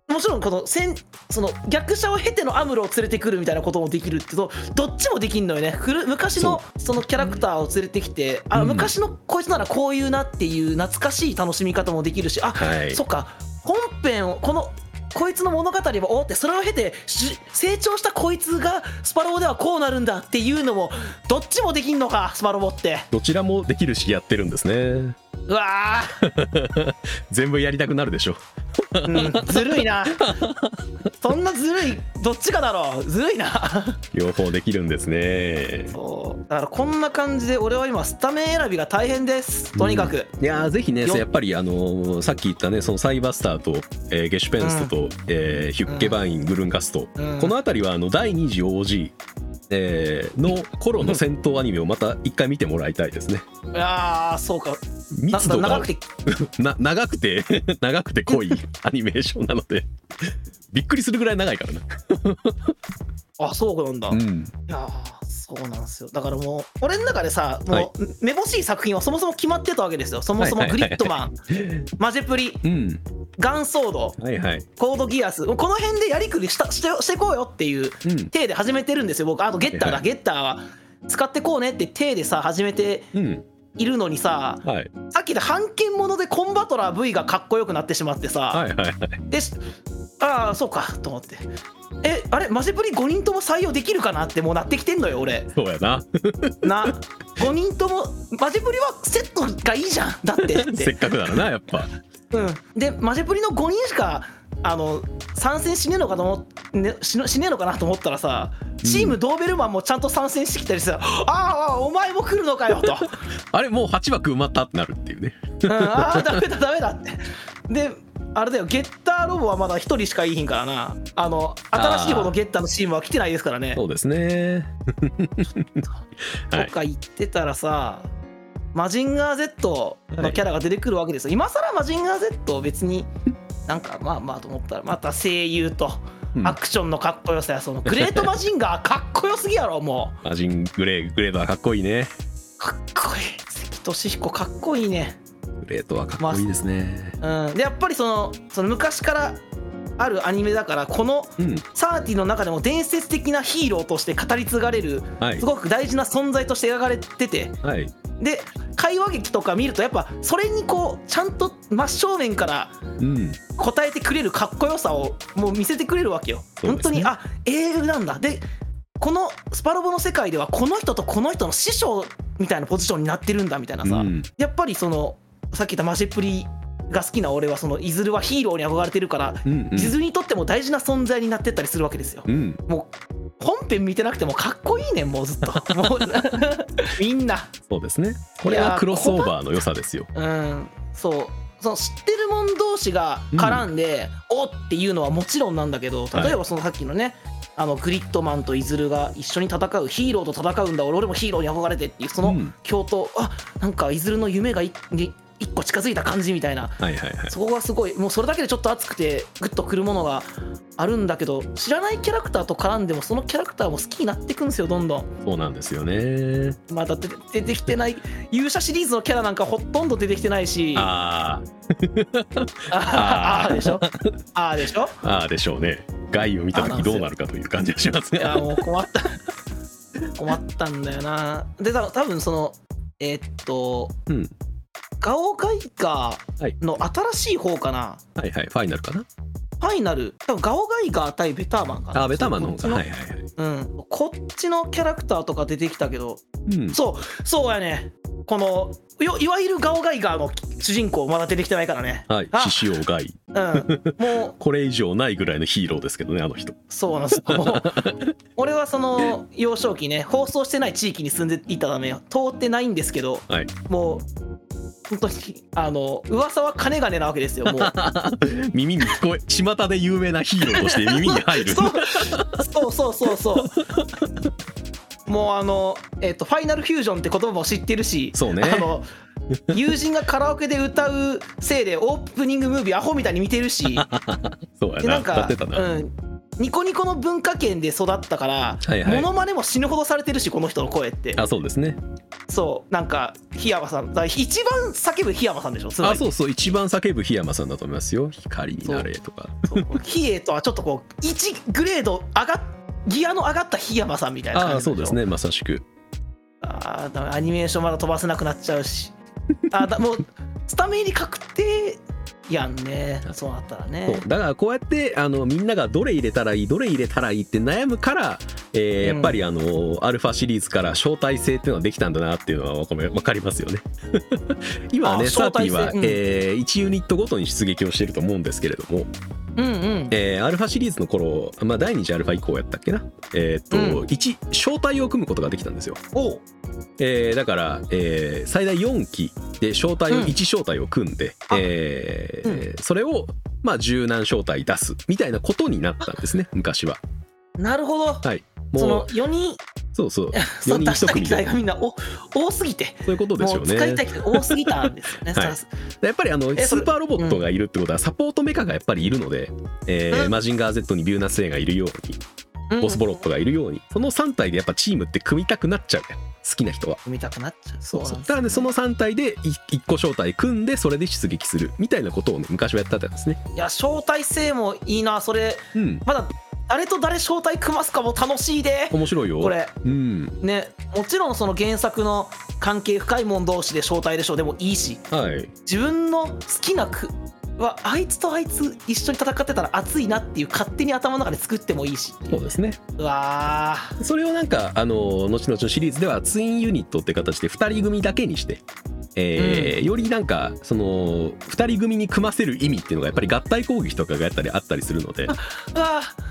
[SPEAKER 2] もちろんこの戦その逆者を経てのアムロを連れてくるみたいなこともできるけどどっちもできんのよね古昔のそのキャラクターを連れてきてあ
[SPEAKER 1] うん
[SPEAKER 2] 昔のこいつならこういうなっていう懐かしい楽しみ方もできるしあ、
[SPEAKER 1] はい
[SPEAKER 2] そっか本編をこのこいつの物語を追ってそれを経てし成長したこいつがスパロボではこうなるんだっていうのもどっちもできんのかスパロボって
[SPEAKER 1] どちらもできるしやってるんですね
[SPEAKER 2] うわ
[SPEAKER 1] 全部やりたくなるでしょ
[SPEAKER 2] ー、うんずるいなそんなずるいどっちかだろうずるいな
[SPEAKER 1] 両方できるんですね
[SPEAKER 2] そうだからこんな感じで俺は今スタメン選びが大変ですとにかく、
[SPEAKER 1] いやーぜひね
[SPEAKER 2] よ
[SPEAKER 1] やっぱりあのーさっき言ったねそのサイバスターと、えーゲシュペンストと、えーヒュッケバイン、グルンガスト、
[SPEAKER 2] うん
[SPEAKER 1] この辺りはあの第2次 OG、えーの頃の戦闘アニメをまた一回見てもらいたいですね
[SPEAKER 2] いやーそうかな
[SPEAKER 1] 密度が
[SPEAKER 2] 長くて
[SPEAKER 1] な長くて 長くて濃いアニメーションなのでびっくりするぐらい長いからな、
[SPEAKER 2] あそうなんだ、
[SPEAKER 1] う
[SPEAKER 2] い
[SPEAKER 1] ん、
[SPEAKER 2] やーそうなんですよだからもう俺の中でさもう、
[SPEAKER 1] はい
[SPEAKER 2] めぼしい作品はそもそも決まってたわけですよそもそも
[SPEAKER 1] はいは
[SPEAKER 2] グ
[SPEAKER 1] い
[SPEAKER 2] リ
[SPEAKER 1] はい
[SPEAKER 2] ッドマン、マジェプリ
[SPEAKER 1] うん
[SPEAKER 2] ガンソード
[SPEAKER 1] はいはい
[SPEAKER 2] コードギアスこの辺でやりくりしたしてしてこうよっていう
[SPEAKER 1] うん
[SPEAKER 2] 体で始めてるんですよ僕あとゲッターだ、
[SPEAKER 1] はい
[SPEAKER 2] ゲッターは使ってこうねって体でさ始めて
[SPEAKER 1] うん
[SPEAKER 2] いるのにさ
[SPEAKER 1] はい
[SPEAKER 2] さっきで半剣ものでコンバトラー V がかっこよくなってしまってさ、
[SPEAKER 1] はいはいはい
[SPEAKER 2] でしああそうかと思ってえあれマジェプリ5人とも採用できるかなってもうなってきてんのよ俺
[SPEAKER 1] そうやな
[SPEAKER 2] な5人ともマジェプリはセットがいいじゃんだってっ、
[SPEAKER 1] せってかくならなやっぱ
[SPEAKER 2] うん、でマジェプリの5人しかあの参戦しねえのかと思っ、ね、しのしねえのかなと思ったらさチームドーベルマンもちゃんと参戦してきたりさ、ああお前も来るのかよと、
[SPEAKER 1] あれもう8枠埋まったってなるっていうね
[SPEAKER 2] うん、ああダメだダメだってであれだよゲッターロボはまだ1人しかいいひんからなあの新しい方のゲッターのチームは来てないですからね
[SPEAKER 1] そうですねは
[SPEAKER 2] とか言ってたらさ、マジンガー Z のキャラが出てくるわけですよ、今更マジンガー Z を別になんかまあまあと思ったらまた声優と
[SPEAKER 1] うん
[SPEAKER 2] アクションのかっこよさやそのグレートマジンガーかっこよすぎやろも
[SPEAKER 1] マジングレーグレードはかっこいいね
[SPEAKER 2] うかっこいい関俊彦かっこいいね
[SPEAKER 1] グレートはかっこいいですね、
[SPEAKER 2] うんでやっぱりそのその昔からあるアニメだからこの
[SPEAKER 1] うん
[SPEAKER 2] サーティの中でも伝説的なヒーローとして語り継がれる
[SPEAKER 1] はい
[SPEAKER 2] すごく大事な存在として描かれてて
[SPEAKER 1] はい
[SPEAKER 2] で会話劇とか見るとやっぱそれにこうちゃんと真正面から
[SPEAKER 1] うん
[SPEAKER 2] 答えてくれるかっこよさをもう見せてくれるわけよ。
[SPEAKER 1] そう
[SPEAKER 2] 本
[SPEAKER 1] で
[SPEAKER 2] 当
[SPEAKER 1] すね
[SPEAKER 2] にあ英雄なんだでこのスパロボの世界ではこの人とこの人の師匠みたいなポジションになってるんだみたいなさ、
[SPEAKER 1] うん
[SPEAKER 2] やっぱりそのさっき言ったマジェプリが好きな俺はそのいずれはヒーローに憧れてるから、
[SPEAKER 1] うんうん
[SPEAKER 2] いずれにとっても大事な存在になってったりするわけですよ。
[SPEAKER 1] うん
[SPEAKER 2] もう本編見てなくてもかっこいいねんもうずっ ともうみんな
[SPEAKER 1] そうですねこれ
[SPEAKER 2] いや
[SPEAKER 1] は
[SPEAKER 2] ー
[SPEAKER 1] クロスオーバーの良さですよ
[SPEAKER 2] うんそうその知ってる者同士が絡んで、おっていうのはもちろんなんだけど
[SPEAKER 1] はい
[SPEAKER 2] 例えばそのさっきのね、あのグリッドマンとイズルが一緒に戦うヒーローと戦うんだ俺俺もヒーローに憧れてっていうその
[SPEAKER 1] うん
[SPEAKER 2] 共闘、あなんかイズルの夢がいに一個近づいた感じみたいな
[SPEAKER 1] はいはいはい
[SPEAKER 2] そこがすごいもうそれだけでちょっと熱くてグッとくるものがあるんだけど知らないキャラクターと絡んでもそのキャラクターも好きになってくんですよどんどん
[SPEAKER 1] そうなんですよね
[SPEAKER 2] まだ出て出てきてない勇者シリーズのキャラなんかほとんど出てきてないしあ
[SPEAKER 1] あー
[SPEAKER 2] あーでしょああでしょ
[SPEAKER 1] あーでしょうね害を見た
[SPEAKER 2] あーなん
[SPEAKER 1] 時
[SPEAKER 2] ですよ
[SPEAKER 1] どうなるかという感じがします
[SPEAKER 2] い
[SPEAKER 1] ね
[SPEAKER 2] やもう困った困ったんだよなでた多分そのえーっと
[SPEAKER 1] うん
[SPEAKER 2] ガオガイガーの新しい方かな、
[SPEAKER 1] はいはいファイナルかな
[SPEAKER 2] ファイナル多分ガオガイガー対ベターマンかな
[SPEAKER 1] あーベターマンの方
[SPEAKER 2] そ
[SPEAKER 1] が
[SPEAKER 2] こ
[SPEAKER 1] は
[SPEAKER 2] っち
[SPEAKER 1] いはいはい
[SPEAKER 2] うん、こっちのキャラクターとか出てきたけど
[SPEAKER 1] うん
[SPEAKER 2] そうそうやねこのよいわゆるガオガイガーの主人公まだ出てきてないからね
[SPEAKER 1] はい
[SPEAKER 2] あ
[SPEAKER 1] 獅子王害
[SPEAKER 2] うんもう
[SPEAKER 1] これ以上ないぐらいのヒーローですけどねあの人
[SPEAKER 2] そうなん ですよもう俺はその幼少期ね放送してない地域に住んでいたため通ってないんですけど、
[SPEAKER 1] はい
[SPEAKER 2] もう本当にあの噂は金々なわけですよも う
[SPEAKER 1] 耳に聞こえ巷で有名なヒーローとして耳に入る
[SPEAKER 2] そうそうそうそうそうもうあの、えっとファイナルフュージョンって言葉も知ってるし
[SPEAKER 1] そうね
[SPEAKER 2] あ の友人がカラオケで歌うせいでオープニングムービーアホみたいに見てるし
[SPEAKER 1] そうや
[SPEAKER 2] でな
[SPEAKER 1] なん歌っ
[SPEAKER 2] か
[SPEAKER 1] てたな、
[SPEAKER 2] うん、ニコニコの文化圏で育ったから、
[SPEAKER 1] はいはい
[SPEAKER 2] モノマネも死ぬほどされてるしこの人の声って
[SPEAKER 1] あそうですね
[SPEAKER 2] そうなんか檜山さんだから一番叫ぶ檜山さんでしょつま
[SPEAKER 1] あ
[SPEAKER 2] り
[SPEAKER 1] そうそう一番叫ぶ檜山さんだと思いますよ光になれとか
[SPEAKER 2] 比叡とはちょっとこう1グレード上がっギアの上がった檜山さんみたいな感じ
[SPEAKER 1] あそうですねまさしく
[SPEAKER 2] あーだからアニメーションまだ飛ばせなくなっちゃうしあーだもうスタメンに確定やん ねそうなったらね
[SPEAKER 1] そうだからこうやってあのみんながどれ入れたらいいどれ入れたらいいって悩むから、えー
[SPEAKER 2] うん
[SPEAKER 1] やっぱりあのアルファシリーズから招待制っていうのはできたんだなっていうのはわかわかります よね今はね
[SPEAKER 2] あ
[SPEAKER 1] サ
[SPEAKER 2] 招待制
[SPEAKER 1] ーティは、
[SPEAKER 2] うん
[SPEAKER 1] え1ユニットごとに出撃をしてると思うんですけれども、
[SPEAKER 2] うんうん
[SPEAKER 1] えーアルファシリーズの頃、まあ、第2次アルファ以降やったっけな、えーっと
[SPEAKER 2] うん
[SPEAKER 1] 1招待を組むことができたんですよ、
[SPEAKER 2] おう
[SPEAKER 1] えーだから、えー最大4機で招待を、
[SPEAKER 2] うん
[SPEAKER 1] 1招待を組んで、
[SPEAKER 2] あ
[SPEAKER 1] えーそれを、まあ、柔軟招待出すみたいなことになったんで すね昔は
[SPEAKER 2] なるほどそ
[SPEAKER 1] も
[SPEAKER 2] の
[SPEAKER 1] う
[SPEAKER 2] 4人
[SPEAKER 1] そうそう
[SPEAKER 2] そ
[SPEAKER 1] 4
[SPEAKER 2] の出し
[SPEAKER 1] 人1
[SPEAKER 2] たい
[SPEAKER 1] 組
[SPEAKER 2] 機体
[SPEAKER 1] で
[SPEAKER 2] がみんなお多すぎて
[SPEAKER 1] そういうことで
[SPEAKER 2] も
[SPEAKER 1] すよ
[SPEAKER 2] う使いた
[SPEAKER 1] ね
[SPEAKER 2] い機体多すぎたんですよね、
[SPEAKER 1] はい
[SPEAKER 2] そ
[SPEAKER 1] やっぱりあの
[SPEAKER 2] え
[SPEAKER 1] ス
[SPEAKER 2] それ
[SPEAKER 1] ーパーロボットがいるってことはサポートメカがやっぱりいるので、えー
[SPEAKER 2] うん
[SPEAKER 1] マジンガー Z にビューナス A がいるように
[SPEAKER 2] らうん
[SPEAKER 1] ボスボロットがいるようにその3体でやっぱチームって組みたくなっちゃうね好きな人は。
[SPEAKER 2] 組みたくなっちゃう
[SPEAKER 1] そう
[SPEAKER 2] な
[SPEAKER 1] そ
[SPEAKER 2] ん
[SPEAKER 1] う
[SPEAKER 2] です
[SPEAKER 1] だからねその3体で1個招待組んでそれで出撃するみたいなことをね昔はやってたんですね。
[SPEAKER 2] いや招待制もいいなそれ
[SPEAKER 1] うん
[SPEAKER 2] まだ誰と誰招待組ますかも楽しいで
[SPEAKER 1] 面白いよ
[SPEAKER 2] これ
[SPEAKER 1] うん
[SPEAKER 2] ねもちろんその原作の関係深い者同士で招待でしょうでもいいし
[SPEAKER 1] はい
[SPEAKER 2] 自分の好きな句はあいつとあいつ一緒に戦ってたら熱いなっていう勝手に頭の中で作ってもいいし
[SPEAKER 1] そうですね
[SPEAKER 2] うわー
[SPEAKER 1] それをなんかあの後々のシリーズではツインユニットって形で2人組だけにして、えーよりなんかその2人組に組ませる意味っていうのがやっぱり合体攻撃とかがやったりあったりする ので
[SPEAKER 2] うわ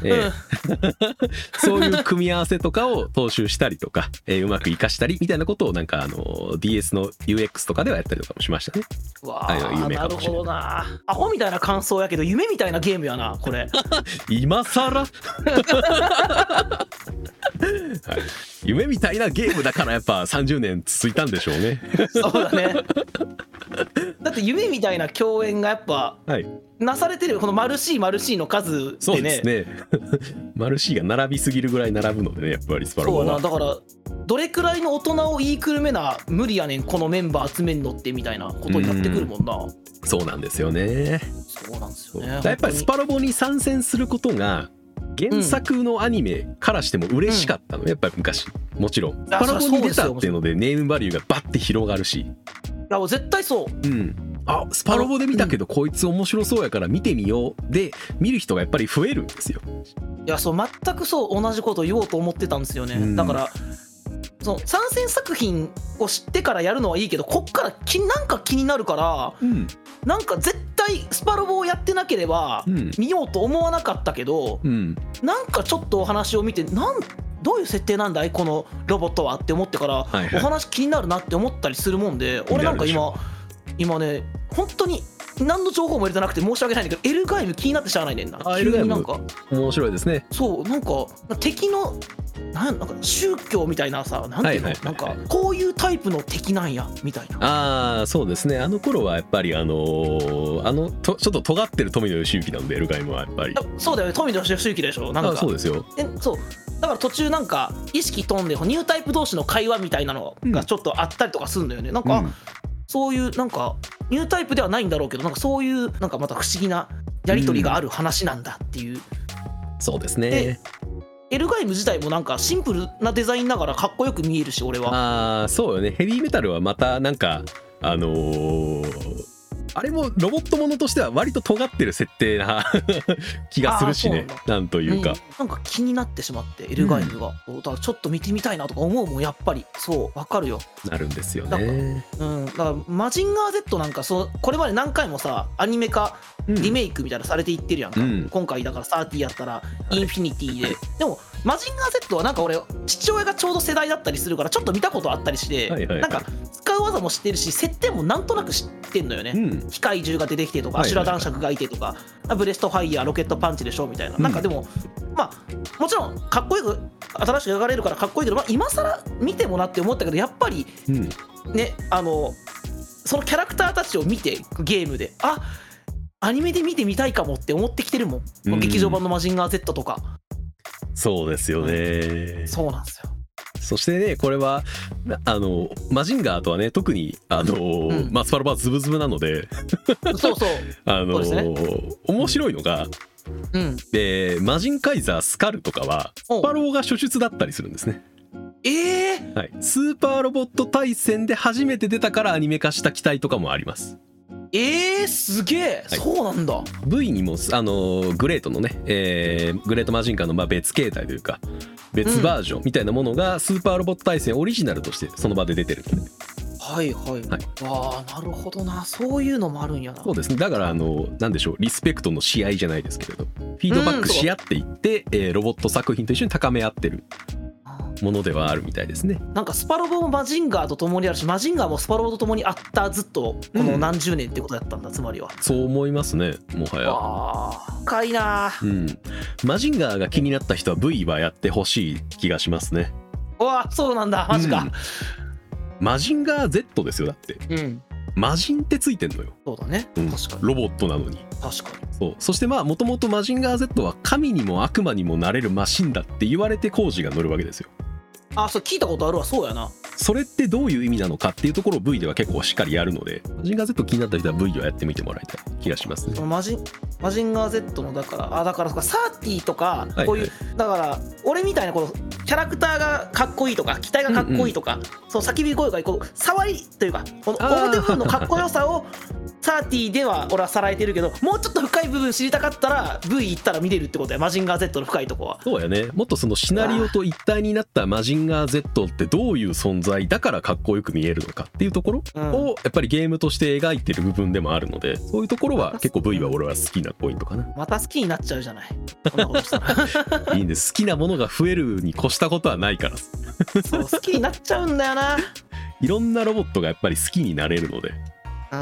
[SPEAKER 2] ー、
[SPEAKER 1] ええそういう組み合わせとかを踏襲したりとか、えーうまく活かしたりみたいなことをなんかあの DS の UX とかではやったりとかもしましたね。
[SPEAKER 2] うんうわ
[SPEAKER 1] あ
[SPEAKER 2] ー
[SPEAKER 1] 夢
[SPEAKER 2] な
[SPEAKER 1] か
[SPEAKER 2] る
[SPEAKER 1] もしれない
[SPEAKER 2] ほどなアホみたいな感想やけど夢みたいなゲームやなこれ
[SPEAKER 1] 今更はい、夢みたいなゲームだからやっぱ30年続いたんでしょうね
[SPEAKER 2] そうだね だって夢みたいな共演がやっぱ、
[SPEAKER 1] はい
[SPEAKER 2] なされてるこのマルシーマルシーの数
[SPEAKER 1] そう
[SPEAKER 2] で
[SPEAKER 1] で
[SPEAKER 2] ね
[SPEAKER 1] すね マルシーが並びすぎるぐらい並ぶのでねやっぱりスパロボ
[SPEAKER 2] そうな
[SPEAKER 1] は
[SPEAKER 2] だからどれくらいの大人を言いくるめな無理やねんこのメンバー集めんのってみたいなことになってくるもんな
[SPEAKER 1] そうなんですよね
[SPEAKER 2] そうなんです
[SPEAKER 1] そう
[SPEAKER 2] よね
[SPEAKER 1] だからやっぱりスパロボに参戦することが原作のアニメからしても嬉しかったの、やっぱり昔もちろんス
[SPEAKER 2] あ
[SPEAKER 1] パロボに出
[SPEAKER 2] そ
[SPEAKER 1] た
[SPEAKER 2] うですよ
[SPEAKER 1] っていうのでネームバリューがバッて広がるし、
[SPEAKER 2] いやもう絶対そう
[SPEAKER 1] うん、あスパロボで見たけどこいつ面白そうやから見てみようで見る人がやっぱり増えるんですよ。
[SPEAKER 2] いやそう全くそう同じことを言おうと思ってたんですよね、
[SPEAKER 1] うん
[SPEAKER 2] だからその参戦作品を知ってからやるのはいいけどこっから気なんか気になるから
[SPEAKER 1] うん
[SPEAKER 2] なんか絶対スパロボをやってなければ
[SPEAKER 1] うん
[SPEAKER 2] 見ようと思わなかったけど
[SPEAKER 1] うん、
[SPEAKER 2] なんかちょっとお話を見てなんどういう設定なんだいこのロボットはって思ってから
[SPEAKER 1] はい
[SPEAKER 2] お
[SPEAKER 1] はい
[SPEAKER 2] 話気になるなって思ったりするもんで俺なんか
[SPEAKER 1] 気にな
[SPEAKER 2] 今今ね本当に何の情報も入れてなくて申し訳ないんだけどエルガイム気になってしゃあないねんな
[SPEAKER 1] あエ
[SPEAKER 2] 急
[SPEAKER 1] ルガイ
[SPEAKER 2] に
[SPEAKER 1] ム
[SPEAKER 2] なんか
[SPEAKER 1] 面白いですね。
[SPEAKER 2] そうなんか敵のなんなんか宗教みたいなさなんていうの、
[SPEAKER 1] はいはいはい
[SPEAKER 2] なんかこういうタイプの敵なんやみたいな
[SPEAKER 1] ああそうですねあの頃はやっぱりあのーあのとちょっと尖ってる富野義行なんでエルガイムはやっぱり。
[SPEAKER 2] だそうだよね富田義行でしょなん
[SPEAKER 1] あ
[SPEAKER 2] か
[SPEAKER 1] そうですよ。
[SPEAKER 2] えそうだから途中なんか意識飛んでニュータイプ同士の会話みたいなのがちょっとあったりとかするんだよね、なんか、
[SPEAKER 1] うん
[SPEAKER 2] そういうなんかニュータイプではないんだろうけどなんかそういうなんかまた不思議なやり取りがある話なんだっていう、
[SPEAKER 1] そうです
[SPEAKER 2] で
[SPEAKER 1] ね。
[SPEAKER 2] エルガイム自体もなんかシンプルなデザインながらかっこよく見えるし俺は
[SPEAKER 1] ああそうよねヘビーメタルはまたなんかあのーあれもロボットものとしては割と尖ってる設定な 気がするし
[SPEAKER 2] あ
[SPEAKER 1] ね
[SPEAKER 2] ーそうなん
[SPEAKER 1] なんというか
[SPEAKER 2] ん、なんか気になってしまってエルガイムが、おだからちょっと見てみたいなとか思うもんやっぱりそうわかるよ
[SPEAKER 1] なるんですよ
[SPEAKER 2] なんか
[SPEAKER 1] ね。
[SPEAKER 2] うんだからマジンガー Z なんかそうこれまで何回もさアニメ化
[SPEAKER 1] うん
[SPEAKER 2] リメイクみたいなのされていってるやんか、
[SPEAKER 1] うん
[SPEAKER 2] 今回だから30やったら
[SPEAKER 1] い
[SPEAKER 2] インフィニティで、でもマジンガー Z はなんか俺父親がちょうど世代だったりするからちょっと見たことあったりして、
[SPEAKER 1] はいはいはい
[SPEAKER 2] なんか使う技も知ってるし設定もなんとなく知ってんのよね、
[SPEAKER 1] うん、
[SPEAKER 2] 機械銃が出てきてとか、
[SPEAKER 1] はい
[SPEAKER 2] 修羅男爵がいてとか、ブレストファイヤー、ロケットパンチでしょみたいな、なんかでも、まあ、もちろんかっこよく新しく描かれるからかっこいいけど、まあ、今更見てもなって思ったけど、やっぱり
[SPEAKER 1] うん、
[SPEAKER 2] ね、あのそのキャラクターたちを見て、ゲームで、あアニメで見てみたいかもって思ってきてるもん、
[SPEAKER 1] うん
[SPEAKER 2] 劇場版のマジンガー Z とか、
[SPEAKER 1] そうですよね。
[SPEAKER 2] そうなん ですよ。
[SPEAKER 1] そしてねこれはなあのマジンガーとはね特にあのー、
[SPEAKER 2] うん
[SPEAKER 1] まあスパロバはズブズブなので
[SPEAKER 2] そうそう、
[SPEAKER 1] あのー
[SPEAKER 2] そう
[SPEAKER 1] 面白いのが、
[SPEAKER 2] うん、
[SPEAKER 1] でマジンカイザースカルとかは
[SPEAKER 2] お
[SPEAKER 1] ス パロボが初出だったりするんですね。
[SPEAKER 2] えー、
[SPEAKER 1] はい、スーパーロボット対戦で初めて出たからアニメ化した機体とかもあります
[SPEAKER 2] えー、すげえ、
[SPEAKER 1] はい
[SPEAKER 2] そうなんだ。
[SPEAKER 1] V にもあのグレートのね、えーグレートマジンカーのまあ別形態というか別バージョンみたいなものがスーパーロボット対戦オリジナルとしてその場で出てるので
[SPEAKER 2] はいはい、
[SPEAKER 1] は
[SPEAKER 2] はいい、ああなるほどなそういうのもあるんやな
[SPEAKER 1] そうですねだからあのなんでしょうリスペクトの試合じゃないですけれどフィードバックし合っていって、えーロボット作品と一緒に高め合ってるものではあるみたいですね
[SPEAKER 2] なんかスパロボもマジンガーと共にあるしマジンガーもスパロボと共にあったずっとこ
[SPEAKER 1] う
[SPEAKER 2] の
[SPEAKER 1] ん
[SPEAKER 2] 何十年ってことだったんだ、つまりは
[SPEAKER 1] そう思いますねもはや
[SPEAKER 2] ああ深いな
[SPEAKER 1] うんマジンガーが気になった人は V はやってほしい気がしますね
[SPEAKER 2] うわそうなんだマジか
[SPEAKER 1] うんマジンガー Z ですよだって
[SPEAKER 2] うん、
[SPEAKER 1] マジンってついてんのよ
[SPEAKER 2] そうだね、
[SPEAKER 1] うん
[SPEAKER 2] 確かに
[SPEAKER 1] ロボットなのに
[SPEAKER 2] 確かに
[SPEAKER 1] そうそしてまあもともとマジンガー Z は神にも悪魔にもなれるマシンだって言われて工事が乗るわけですよ
[SPEAKER 2] あそう聞いたことあるわそうやな
[SPEAKER 1] それってどういう意味なのかっていうところを V では結構しっかりやるのでマジンガー Z 気になった人は V をやってみてもらいたい気がしますね
[SPEAKER 2] そのマジンマジンガー Z のだからあだからサーティとか
[SPEAKER 1] はい
[SPEAKER 2] こういう、だから俺みたいなこのキャラクターがかっこいいとか機体がかっこいいとか、そう叫び声がこう触りというかこの
[SPEAKER 1] あー
[SPEAKER 2] 表部分のかっこよさ をサーティでは俺はさらえてるけどもうちょっと深い部分知りたかったら V 行ったら見れるってことやマジンガー Z の深いとこは。
[SPEAKER 1] そうやねもっとそのシナリオと一体になったマジンガー Z ってどういう存在だからかっこよく見えるのかっていうところ
[SPEAKER 2] うん
[SPEAKER 1] をやっぱりゲームとして描いてる部分でもあるのでそういうところは結構 V は俺は好きなポイントかな
[SPEAKER 2] また好きになっちゃうじゃない。こんなことしたら
[SPEAKER 1] いいんです好きなものが増えるに越したことはないから
[SPEAKER 2] そう好きになっちゃうんだよな。
[SPEAKER 1] いろんなロボットがやっぱり好きになれるので
[SPEAKER 2] うん、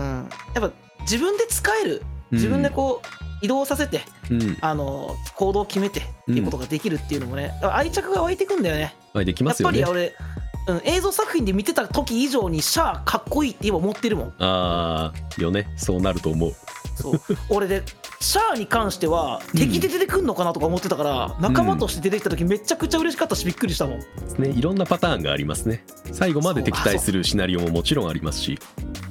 [SPEAKER 2] やっぱ自分で使える自分でこう、移動させて
[SPEAKER 1] うん、うん
[SPEAKER 2] あの行動を決めてっていうことができるっていうのもね、愛着が湧いてくんだよね。
[SPEAKER 1] まあでき
[SPEAKER 2] や
[SPEAKER 1] ま
[SPEAKER 2] っ
[SPEAKER 1] す
[SPEAKER 2] ぱ
[SPEAKER 1] よね
[SPEAKER 2] り俺うん、映像作品で見てた時以上にシャアかっこいいって今思ってるもん
[SPEAKER 1] あーよねそうなると思う
[SPEAKER 2] そう俺でシャアに関しては敵で出てくんのかなとか思ってたから、仲間として出てきた時めちゃくちゃ嬉しかったしびっくりしたもん
[SPEAKER 1] ねいろんなパターンがありますね最後まで敵対するシナリオももちろんありますし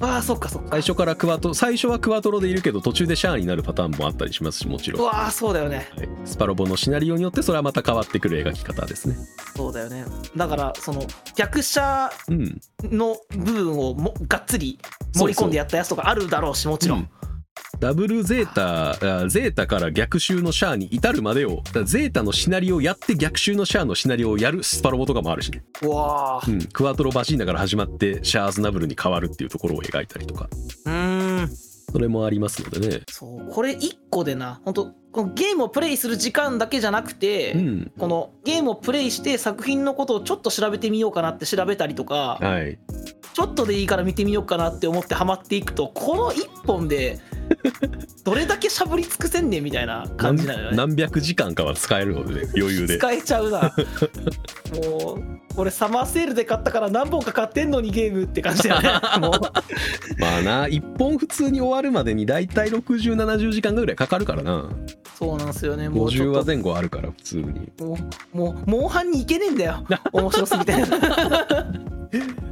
[SPEAKER 2] あーそっかそっか
[SPEAKER 1] 最初からクワト最初はクワトロでいるけど途中でシャアになるパターンもあったりしますしもちろ、
[SPEAKER 2] うんわーそうだよね
[SPEAKER 1] はいスパロボのシナリオによってそれはまた変わってくる描き方ですね
[SPEAKER 2] そうだよねだからその逆者
[SPEAKER 1] うん
[SPEAKER 2] の部分をもがっつり盛り込んでやったやつとかあるだろうしもちろん、
[SPEAKER 1] うんダブルゼータあーゼータから逆襲のシャアに至るまでをだからゼータのシナリオをやって逆襲のシャアのシナリオをやるスパロボとかもあるしね、
[SPEAKER 2] うわ
[SPEAKER 1] う
[SPEAKER 2] ー
[SPEAKER 1] ん、クワトロバジーナから始まってシャアーズナブルに変わるっていうところを描いたりとか
[SPEAKER 2] うーん
[SPEAKER 1] それもありますのでね
[SPEAKER 2] そうこれ1個でな本当このゲームをプレイする時間だけじゃなくて、
[SPEAKER 1] うん
[SPEAKER 2] このゲームをプレイして作品のことをちょっと調べてみようかなって調べたりとか、
[SPEAKER 1] はい
[SPEAKER 2] ちょっとでいいから見てみようかなって思ってハマっていくとこの1本 でどれだけしゃぶり尽くせんねんみたいな感じなのよ
[SPEAKER 1] 何
[SPEAKER 2] ね
[SPEAKER 1] 何百時間かは使えるので、ね、余裕で
[SPEAKER 2] 使えちゃうなもう俺サマーセールで買ったから何本か買ってんのにゲームって感じだよね もう
[SPEAKER 1] まあな1本普通に終わるまでに大体6070時間ぐらいかかるからな
[SPEAKER 2] そうなんですよねもうち
[SPEAKER 1] 50
[SPEAKER 2] ょ
[SPEAKER 1] 話
[SPEAKER 2] っ
[SPEAKER 1] 前後あるから普通に
[SPEAKER 2] ともうもうモンハンに行けねえんだよ面白すぎて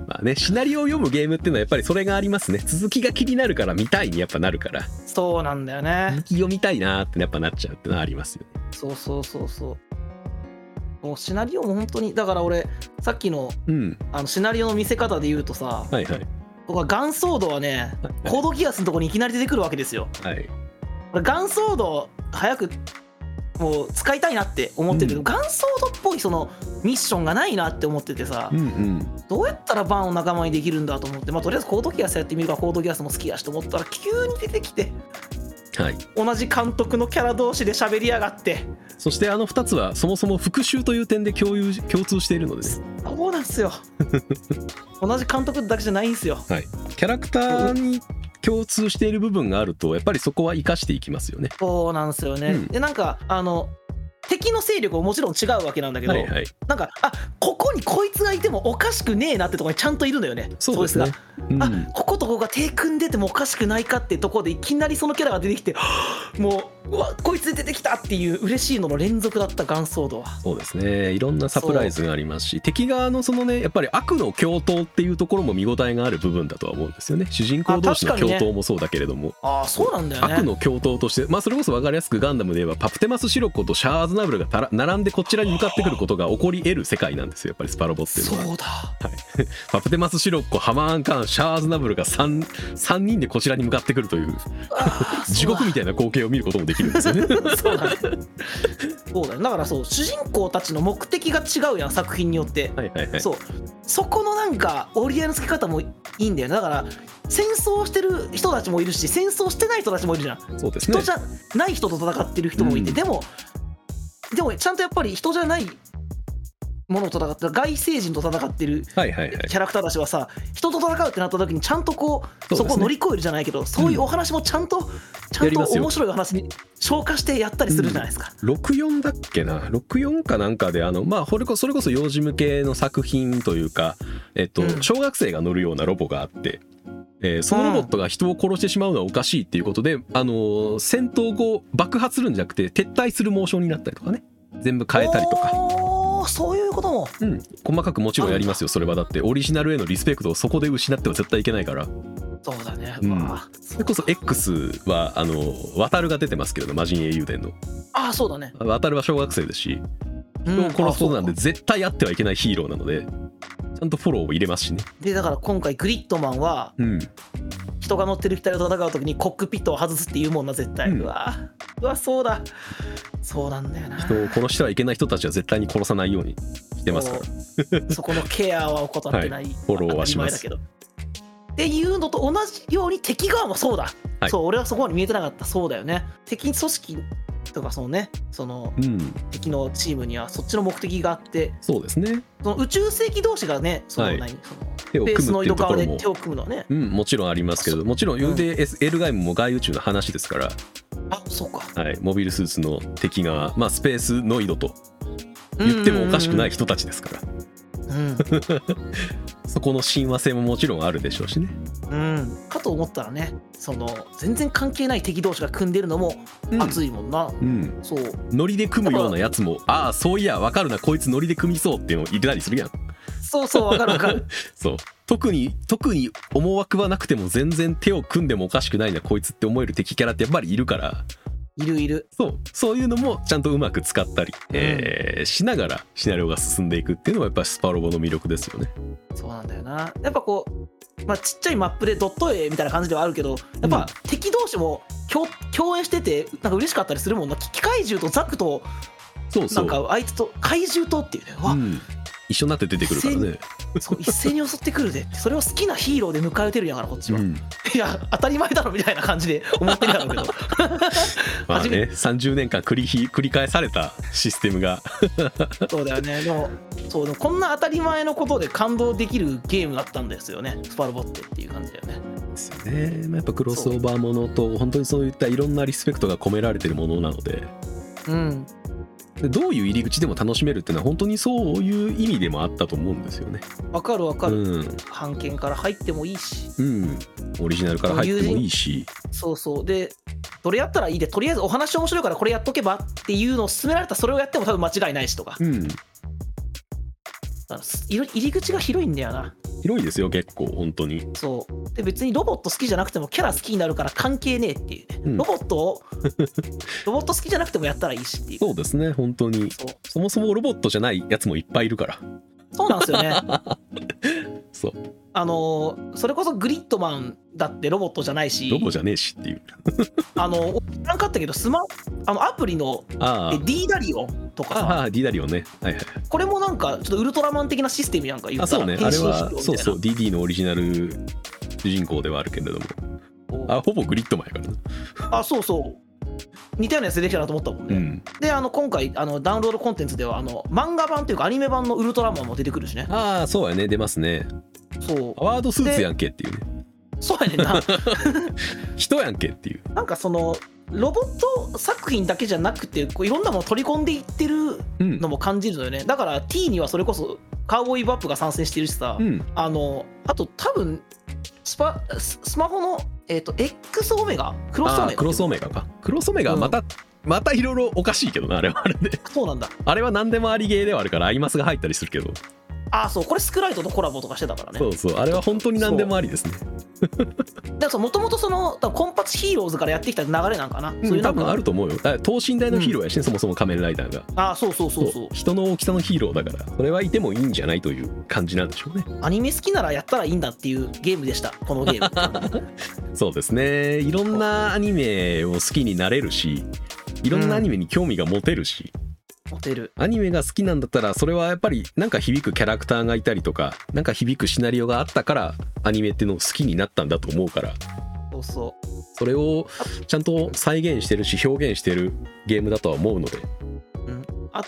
[SPEAKER 1] まあねシナリオを読むゲームっていうのはやっぱりそれがありますね続きが気になるから見たいにやっぱなるから
[SPEAKER 2] そうなんだよね
[SPEAKER 1] 続き読みたいなーってやっぱなっちゃうってのはありますよね
[SPEAKER 2] そうそうそうそう。もうシナリオも本当にだから俺さっきの
[SPEAKER 1] うん
[SPEAKER 2] あのシナリオの見せ方で言うとさ
[SPEAKER 1] はいはい
[SPEAKER 2] 僕はガンソードはねコードギアスのとこにいきなり出てくるわけですよ。
[SPEAKER 1] はい
[SPEAKER 2] 俺ガンソード早くもう使いたいなって思ってるけど、
[SPEAKER 1] うん
[SPEAKER 2] ガンソードっぽいそのミッションがないなって思っててさ、
[SPEAKER 1] うんうん
[SPEAKER 2] どうやったらバンを仲間にできるんだと思ってまあとりあえずコードギアスやってみるかコードギアスも好きやしと思ったら急に出てきて
[SPEAKER 1] はい
[SPEAKER 2] 同じ監督のキャラ同士で喋りやがって
[SPEAKER 1] そしてあの2つはそもそも復習という点で共有共通しているのでね
[SPEAKER 2] そうなんすよ 同じ監督だけじゃないんすよ
[SPEAKER 1] キャラクターに共通している部分があるとやっぱりそこは生かしていきますよね
[SPEAKER 2] そうなんすよね、
[SPEAKER 1] うん
[SPEAKER 2] でなんかあの敵の勢力ももちろん違うわけなんだけど、
[SPEAKER 1] はいはい
[SPEAKER 2] なんかあここにこいつがいてもおかしくねえなってとこにちゃんといるのよね
[SPEAKER 1] そうですね
[SPEAKER 2] そ
[SPEAKER 1] うん
[SPEAKER 2] があこことここが手組んでてもおかしくないかってとこでいきなりそのキャラが出て きてはぁもううわこいつ出てきたっていう嬉しいのの連続だったガンソードは
[SPEAKER 1] そうですねいろんなサプライズがありますし敵側のそのねやっぱり悪の共闘っていうところも見応えがある部分だとは思うんですよね主人公同士の
[SPEAKER 2] あ確
[SPEAKER 1] 共
[SPEAKER 2] かにね
[SPEAKER 1] 闘もそうだけれども、
[SPEAKER 2] ああそうなんだよね
[SPEAKER 1] 悪の共闘としてまあそれこそ分かりやすくガンダムで言えばパプテマスシロコとシャアーズナブルがたら並んでこちらに向かってくることが起こり得る世界なんですよやっぱりスパロボっていうのは
[SPEAKER 2] そうだ
[SPEAKER 1] パプテマスシロコハマーンカーンシャアーズナブルが 3, 3人でこちらに向かってくるという
[SPEAKER 2] あー
[SPEAKER 1] 地獄みたいな光景を見ることもできるんで すよね
[SPEAKER 2] そうだね。そうだね。だからそう主人公たちの目的が違うやん作品によって。
[SPEAKER 1] はいはいはい
[SPEAKER 2] そうそこのなんか折り合いのつけ方もいいんだよねだから戦争してる人たちもいるし戦争してない人たちもいるじゃん
[SPEAKER 1] そうですね
[SPEAKER 2] 人じゃない人と戦ってる人もいて、
[SPEAKER 1] うん
[SPEAKER 2] でもでもちゃんとやっぱり人じゃないものと戦ってる外星人と戦ってる
[SPEAKER 1] はいはいはい
[SPEAKER 2] キャラクターたちはさ人と戦うってなった時にちゃんとこう
[SPEAKER 1] そ
[SPEAKER 2] そう
[SPEAKER 1] ですね
[SPEAKER 2] こを乗り越えるじゃないけどそういうお話もちゃんと、ちゃ
[SPEAKER 1] や
[SPEAKER 2] ん
[SPEAKER 1] り
[SPEAKER 2] と
[SPEAKER 1] ますよ
[SPEAKER 2] 面白いお話に消化してやったりするじゃないですか、
[SPEAKER 1] 64だっけな64かなんかであのまあこれこそれこそ幼児向けの作品というか、えっと
[SPEAKER 2] うん
[SPEAKER 1] 小学生が乗るようなロボがあって、えーそのロボットが人を殺してしまうのはおかしいっていうことで、あのー戦闘後爆発するんじゃなくて撤退するモーションになったりとかね全部変えたりとか、
[SPEAKER 2] おーそういうことも
[SPEAKER 1] うん、細かくもちろんやりますよそれはだってオリジナルへのリスペクトをそこで失っては絶対いけないから
[SPEAKER 2] そうだね、
[SPEAKER 1] うん
[SPEAKER 2] まあ
[SPEAKER 1] それこそ X はあのー渡るが出てますけれど魔人英雄伝の
[SPEAKER 2] ああそうだね、
[SPEAKER 1] 渡るは小学生ですし
[SPEAKER 2] うん
[SPEAKER 1] 人を殺すことなんで
[SPEAKER 2] あそうか
[SPEAKER 1] 絶対あってはいけないヒーローなのでちゃんとフォローを入れますしね、
[SPEAKER 2] でだから今回グリッドマンは
[SPEAKER 1] うん、
[SPEAKER 2] 人が乗ってる機体と戦う時にコックピットを外すっていうもんな絶対、
[SPEAKER 1] う
[SPEAKER 2] うんわうわそうだそうなんだよな
[SPEAKER 1] 人を殺してはいけない人たちは絶対に殺さないようにしてますから
[SPEAKER 2] そうそこのケアは怠ってない、
[SPEAKER 1] フォローはします
[SPEAKER 2] 当たり前だけどっていうのと同じように敵側もそうだ、
[SPEAKER 1] はい
[SPEAKER 2] そう俺はそこまで見えてなかったそうだよね敵組織とかそのねその
[SPEAKER 1] うん
[SPEAKER 2] 敵のチームにはそっちの目的があって
[SPEAKER 1] そうですね
[SPEAKER 2] その宇宙世紀同士がねその
[SPEAKER 1] はい
[SPEAKER 2] 何、その
[SPEAKER 1] 手を
[SPEAKER 2] ベー
[SPEAKER 1] 組
[SPEAKER 2] ス
[SPEAKER 1] むっ
[SPEAKER 2] の色
[SPEAKER 1] ていうと
[SPEAKER 2] 側
[SPEAKER 1] ころ
[SPEAKER 2] で
[SPEAKER 1] も
[SPEAKER 2] 手を組むのはね
[SPEAKER 1] うん、もちろんありますけれどもちろん UDS、エルガイムも外宇宙の話ですから、
[SPEAKER 2] あそうか
[SPEAKER 1] はい、モビルスーツの敵が、まあ、スペースノイドと言ってもおかしくない人たちですから、
[SPEAKER 2] うんうん
[SPEAKER 1] そこの親和性ももちろんあるでしょうしね
[SPEAKER 2] うん、かと思ったらねその全然関係ない敵同士が組んでるのも
[SPEAKER 1] うん
[SPEAKER 2] 熱いもんな、
[SPEAKER 1] うん
[SPEAKER 2] そう
[SPEAKER 1] ノリで組むようなやつもああそういやわかるなこいつノリで組みそうっていうのを言ってたりするやん
[SPEAKER 2] そうそうわかるわか る
[SPEAKER 1] そう特に特に思惑はなくても全然手を組んでもおかしくないなこいつって思える敵キャラってやっぱりいるから
[SPEAKER 2] いるいる
[SPEAKER 1] そうそういうのもちゃんとうまく使ったり、えーしながらシナリオが進んでいくっていうのはやっぱりスパロボの魅力ですよね。
[SPEAKER 2] そうなんだよなやっぱこう、まあ、ちっちゃいマップでドット絵みたいな感じではあるけどやっ
[SPEAKER 1] うん
[SPEAKER 2] ぱ敵同士も共共演しててなんか嬉しかったりするもんなき機械獣とザクと
[SPEAKER 1] そうそ
[SPEAKER 2] な
[SPEAKER 1] うん
[SPEAKER 2] かあいつと怪獣とっていうねわ、
[SPEAKER 1] うん一緒になって出てくるからね。
[SPEAKER 2] そう一斉に襲ってくるでそれを好きなヒーローで迎えてるんやからこっちは、
[SPEAKER 1] うん
[SPEAKER 2] いや当たり前だろみたいな感じで思ってるやろうけ ど
[SPEAKER 1] まあ
[SPEAKER 2] 初め
[SPEAKER 1] ね30年間繰りひ繰り返されたシステムが
[SPEAKER 2] そうだよねでもそうでもこんな当たり前のことで感動できるゲームだったんですよねスパロボってっていう感じだよね
[SPEAKER 1] ですよね。まあやっぱクロスオーバーものと本当にそういったいろんなリスペクトが込められてるものなので
[SPEAKER 2] うん
[SPEAKER 1] でどういう入り口でも楽しめるっていうのは本当にそういう意味でもあったと思うんですよね。
[SPEAKER 2] わかるわかる、
[SPEAKER 1] うん
[SPEAKER 2] 版権から入ってもいいし
[SPEAKER 1] うん、オリジナルから入ってもいいし。
[SPEAKER 2] そうそうでどれやったらいいでとりあえずお話面白いからこれやっとけばっていうのを勧められたらそれをやっても多分間違いないしとか
[SPEAKER 1] うん
[SPEAKER 2] だからすいろ入り口が広いんだよな
[SPEAKER 1] 広いですよ結構本当に
[SPEAKER 2] そうで別にロボット好きじゃなくてもキャラ好きになるから関係ねえっていうね、
[SPEAKER 1] うん
[SPEAKER 2] ロボット をロボット好きじゃなくてもやったらいいしっていう
[SPEAKER 1] そうですね本当に
[SPEAKER 2] そう
[SPEAKER 1] そもそもロボットじゃないやつもいっぱいいるから
[SPEAKER 2] そうなんですよね
[SPEAKER 1] そう
[SPEAKER 2] あのーそれこそグリッドマンだってロボットじゃないし
[SPEAKER 1] ロボじゃねえしっていう
[SPEAKER 2] あの知らんかったけどスマあのアプリの
[SPEAKER 1] あ
[SPEAKER 2] え D ダリオンとか
[SPEAKER 1] あ
[SPEAKER 2] さ
[SPEAKER 1] ああディダリオねはいはい
[SPEAKER 2] これもなんかちょっとウルトラマン的なシステムやんか言
[SPEAKER 1] あ
[SPEAKER 2] った
[SPEAKER 1] そ
[SPEAKER 2] ら
[SPEAKER 1] うね
[SPEAKER 2] 変
[SPEAKER 1] あ
[SPEAKER 2] 身
[SPEAKER 1] れ
[SPEAKER 2] しろみたい
[SPEAKER 1] は
[SPEAKER 2] な
[SPEAKER 1] そうそう DD のオリジナル主人公ではあるけれどもあほぼグリッドマンやからな
[SPEAKER 2] あそうそう似たようなやつ出てきたなと思ったもん
[SPEAKER 1] う
[SPEAKER 2] ね、
[SPEAKER 1] ん
[SPEAKER 2] であの今回あのダウンロードコンテンツではあの漫画版というかアニメ版のウルトラマンも出てくるしね
[SPEAKER 1] ああそうやね出ますね
[SPEAKER 2] そう
[SPEAKER 1] アワードスーツやんけっていうね
[SPEAKER 2] そうやねん な
[SPEAKER 1] 人やんけっていう
[SPEAKER 2] なんかそのロボット作品だけじゃなくてこういろんなもの取り込んでいってる
[SPEAKER 1] うん
[SPEAKER 2] のも感じるのよねだから T にはそれこそカウボーイバップが参戦してるしさ、
[SPEAKER 1] うん
[SPEAKER 2] あのあと多分スパススマホの、えー、と X オメガクロスオ
[SPEAKER 1] あ
[SPEAKER 2] メ
[SPEAKER 1] ークロ
[SPEAKER 2] ガ
[SPEAKER 1] スオメガかクロスオメガはまた、またいろいろおかしいけどなあれはあれ で
[SPEAKER 2] そうなんだ
[SPEAKER 1] あれは何でもありゲーではあるからアイマスが入ったりするけど
[SPEAKER 2] ああそうこれスクライトとコラボとかしてたからね
[SPEAKER 1] そうそうあれは本当に何でもありですね
[SPEAKER 2] だからもともとその多分コンパチヒーローズからやってきた流れなんかな、そううんいうな
[SPEAKER 1] 多
[SPEAKER 2] んか
[SPEAKER 1] 分あると思うよだから等身大のヒーローやしね、そもそも仮面ライダーが
[SPEAKER 2] あーそうそうそうそう
[SPEAKER 1] 人の大きさのヒーローだからそれはいてもいいんじゃないという感じなんでしょうね
[SPEAKER 2] アニメ好きならやったらいいんだっていうゲームでしたこのゲ ーム
[SPEAKER 1] そうですねいろんなアニメを好きになれるしいろんなアニメに興味が持てるし、
[SPEAKER 2] モテる
[SPEAKER 1] アニメが好きなんだったらそれはやっぱりなんか響くキャラクターがいたりとかなんか響くシナリオがあったからアニメっていうのを好きになったんだと思うから
[SPEAKER 2] そうそ
[SPEAKER 1] それをちゃんと再現してるし表現してるゲームだとは思うので
[SPEAKER 2] う、うん、あ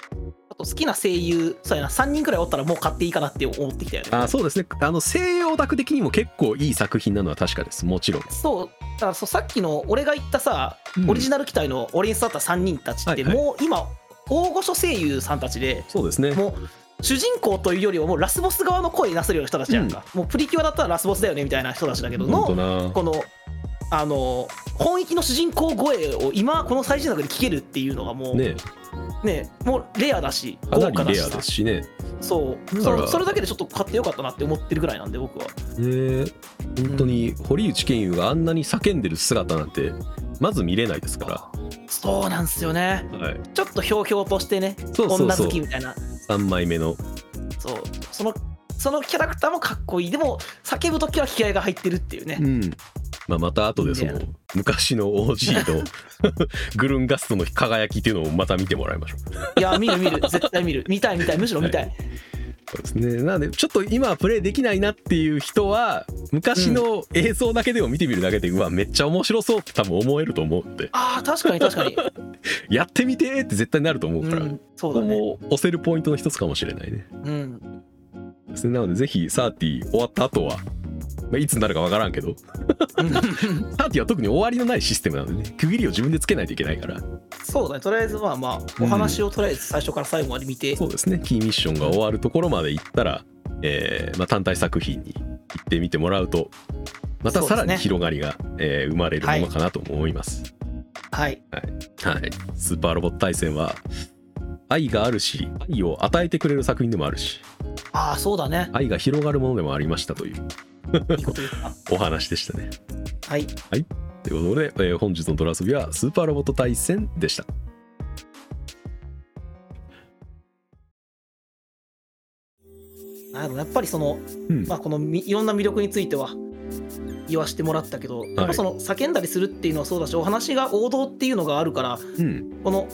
[SPEAKER 2] あと好きな声優そうやな3人くらいおったらもう買っていいかなって思ってきたよね
[SPEAKER 1] あそうですねあの西洋オタク的にも結構いい作品なのは確かですもちろん
[SPEAKER 2] そうだからそうさっきの俺が言ったさ、
[SPEAKER 1] うん
[SPEAKER 2] オリジナル機体のオレンスだった3人たちって、
[SPEAKER 1] はいはい
[SPEAKER 2] もう今大御所声優さんたちで
[SPEAKER 1] そうですね
[SPEAKER 2] もう主人公というよりはもうラスボス側の声になせるような人たちやんか、もうプリキュアだったらラスボスだよねみたいな人たちだけど
[SPEAKER 1] 本
[SPEAKER 2] の
[SPEAKER 1] 当な
[SPEAKER 2] このあの本域の主人公声を今この最新作で聞けるっていうのがもうね
[SPEAKER 1] ね
[SPEAKER 2] もうレアだし
[SPEAKER 1] か
[SPEAKER 2] 豪華
[SPEAKER 1] なり
[SPEAKER 2] だ
[SPEAKER 1] レ
[SPEAKER 2] し
[SPEAKER 1] ア
[SPEAKER 2] さ
[SPEAKER 1] ですしね
[SPEAKER 2] そう
[SPEAKER 1] だ
[SPEAKER 2] そ
[SPEAKER 1] から
[SPEAKER 2] れそれだけでちょっと買ってよかったなって思ってるぐらいなんで僕は
[SPEAKER 1] ね本当に堀内健雄があんなに叫んでる姿なんてまず見れないですか
[SPEAKER 2] そうなんですよね
[SPEAKER 1] ら、はい、
[SPEAKER 2] ちょっとひょうひょうとしてね
[SPEAKER 1] そうそうそう
[SPEAKER 2] 女好きみたいな
[SPEAKER 1] 3枚目の
[SPEAKER 2] そうそのそのキャラクターもかっこいいでも叫ぶ時は気合が入ってるっていうね、
[SPEAKER 1] まあ、また後でその
[SPEAKER 2] ね
[SPEAKER 1] 昔の OG のグルンガストの輝きっていうのをまた見てもらいましょう
[SPEAKER 2] いや見る 見る絶対見る見たい見たいむしろ見たい、
[SPEAKER 1] そうですねなのでちょっと今はプレイできないなっていう人は昔の映像だけでも見てみるだけで、うわめっちゃ面白そうって多分思えると思うんで
[SPEAKER 2] ああ確かに確かに、
[SPEAKER 1] やってみてーって絶対なると思うか
[SPEAKER 2] う
[SPEAKER 1] ら、
[SPEAKER 2] ん、そう
[SPEAKER 1] こ
[SPEAKER 2] だ
[SPEAKER 1] こ
[SPEAKER 2] ね
[SPEAKER 1] も押せるポイントの一つかもしれないね
[SPEAKER 2] うん
[SPEAKER 1] ですねなのでぜひ30終わった後は、まあ、いつになるかわからんけど
[SPEAKER 2] うん
[SPEAKER 1] 30は特に終わりのないシステムなのでね区切りを自分でつけないといけないから
[SPEAKER 2] そうだねとりあえずまあまあお話をとりあえず最初から最後まで見て、
[SPEAKER 1] そうですねキーミッションが終わるところまで行ったらえーまあ、単体作品に行ってみてもらうとまたさら
[SPEAKER 2] そうですね
[SPEAKER 1] に広がりが、えー生まれるものかなと思います、
[SPEAKER 2] はい
[SPEAKER 1] はい、スーパーロボット対戦は愛があるし愛を与えてくれる作品でもあるし
[SPEAKER 2] ああそうだ ね
[SPEAKER 1] 愛が広がるものでもありましたという
[SPEAKER 2] いいこと言った
[SPEAKER 1] お話でしたね
[SPEAKER 2] はい
[SPEAKER 1] ということで、えー本日のドラ遊びはスーパーロボット対戦でした
[SPEAKER 2] なんやろやっぱりその、
[SPEAKER 1] うん
[SPEAKER 2] まあ、このみいろんな魅力については言わしてもらったけど、やっぱその叫んだりするっていうのはそうだしお話が王道っていうのがあるから
[SPEAKER 1] うん
[SPEAKER 2] この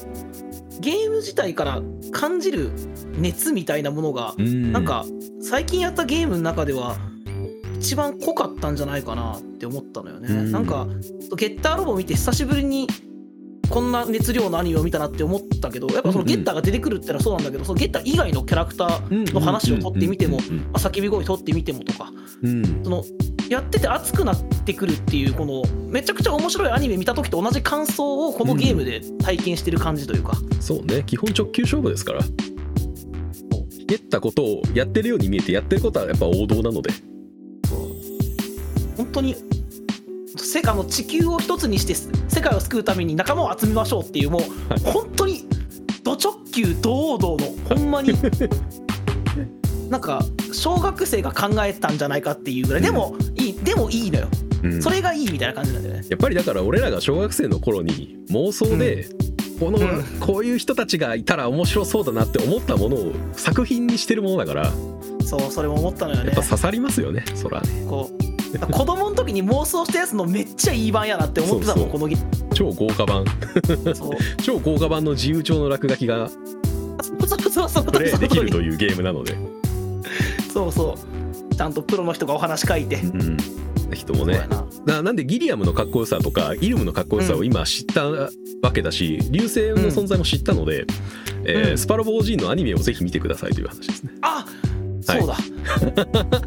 [SPEAKER 2] ゲーム自体から感じる熱みたいなものが、
[SPEAKER 1] うん
[SPEAKER 2] なんか最近やったゲームの中では一番濃かったんじゃないかなって思ったのよね、
[SPEAKER 1] うん
[SPEAKER 2] なんかゲッターロボ見て久しぶりにこんな熱量のアニメを見たなって思ったけどやっぱそのゲッターが出てくるってのはそうなんだけどそのゲッター以外のキャラクター
[SPEAKER 1] うん
[SPEAKER 2] の話を取ってみても
[SPEAKER 1] うん
[SPEAKER 2] まあ叫び声取ってみてもとか
[SPEAKER 1] うんうん
[SPEAKER 2] そのやってて熱くなってくるっていうこのめちゃくちゃ面白いアニメ見た時と同じ感想をこのゲームで体験してる感じというか、
[SPEAKER 1] そうね基本直球勝負ですから蹴ったことをやってるように見えてやってることはやっぱ王道なので
[SPEAKER 2] 本当に世界の地球を一つにして世界を救うために仲間を集めましょうっていうもう、
[SPEAKER 1] はい
[SPEAKER 2] 本当にド直球堂々のほん まになんか小学生が考えたんじゃないかっていうぐらいでもいいでもいいのよ
[SPEAKER 1] うん
[SPEAKER 2] それがいいみたいな感じなんだよね。
[SPEAKER 1] やっぱりだから俺らが小学生の頃に妄想で、この、
[SPEAKER 2] うん
[SPEAKER 1] こういう人たちがいたら面白そうだなって思ったものを作品にしてるものだから
[SPEAKER 2] そうそれも思ったのよ
[SPEAKER 1] や
[SPEAKER 2] ね
[SPEAKER 1] っぱ刺さりますよねそらね
[SPEAKER 2] こう子供の時に妄想したやつのめっちゃいい版やなって思ってたもん
[SPEAKER 1] そ
[SPEAKER 2] このゲー
[SPEAKER 1] 超豪華版
[SPEAKER 2] ムそう
[SPEAKER 1] 超豪華版の自由帳の落書きが
[SPEAKER 2] そうそうそうそう
[SPEAKER 1] プレイできる
[SPEAKER 2] そ
[SPEAKER 1] と
[SPEAKER 2] う
[SPEAKER 1] いうゲームなので、
[SPEAKER 2] そうそうちゃんとプロの人がお話書いて
[SPEAKER 1] うん、ぜひとも
[SPEAKER 2] そう
[SPEAKER 1] ね
[SPEAKER 2] やな
[SPEAKER 1] ななんでギリアムのかっこよさとかイルムのかっこよさを今知ったわけだし、流星の存在も知ったので、えー
[SPEAKER 2] うん
[SPEAKER 1] スパロボ OG のアニメをぜひ見てくださいという話ですね
[SPEAKER 2] あそうだ、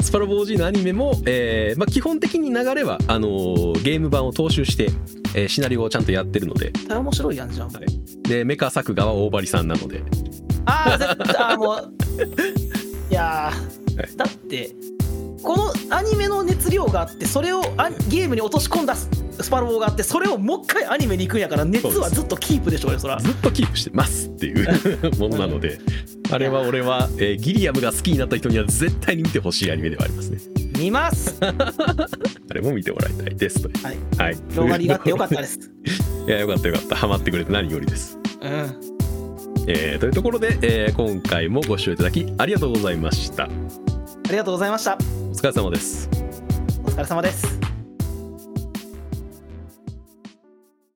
[SPEAKER 1] スパロボ OG のアニメも、えーまあ、基本的に流れはあのーゲーム版を踏襲して、えーシナリオをちゃんとやってるので
[SPEAKER 2] 大変面白いやんじゃん、
[SPEAKER 1] はいでメカ作画は大張さんなので
[SPEAKER 2] ああ絶対あーもういやー、
[SPEAKER 1] はい
[SPEAKER 2] だってこのアニメの熱量があってそれをあゲームに落とし込んだススパロボがあってそれをもう一回アニメに行くんやから熱はずっとキープでしょうよそら
[SPEAKER 1] ずっとキープしてますっていう ものなのであれは俺は、えーギリアムが好きになった人には絶対に見てほしいアニメではありますね
[SPEAKER 2] 見 ます
[SPEAKER 1] あれも見てもらいたいですという
[SPEAKER 2] はい
[SPEAKER 1] はい
[SPEAKER 2] 広がりがあってよかったです
[SPEAKER 1] いやよかったよかったハマってくれて何よりです、
[SPEAKER 2] うん
[SPEAKER 1] えーというところで、えー今回もご視聴いただきありがとうございました
[SPEAKER 2] ありがとうございました。
[SPEAKER 1] お疲れ様です
[SPEAKER 2] お疲れ様です。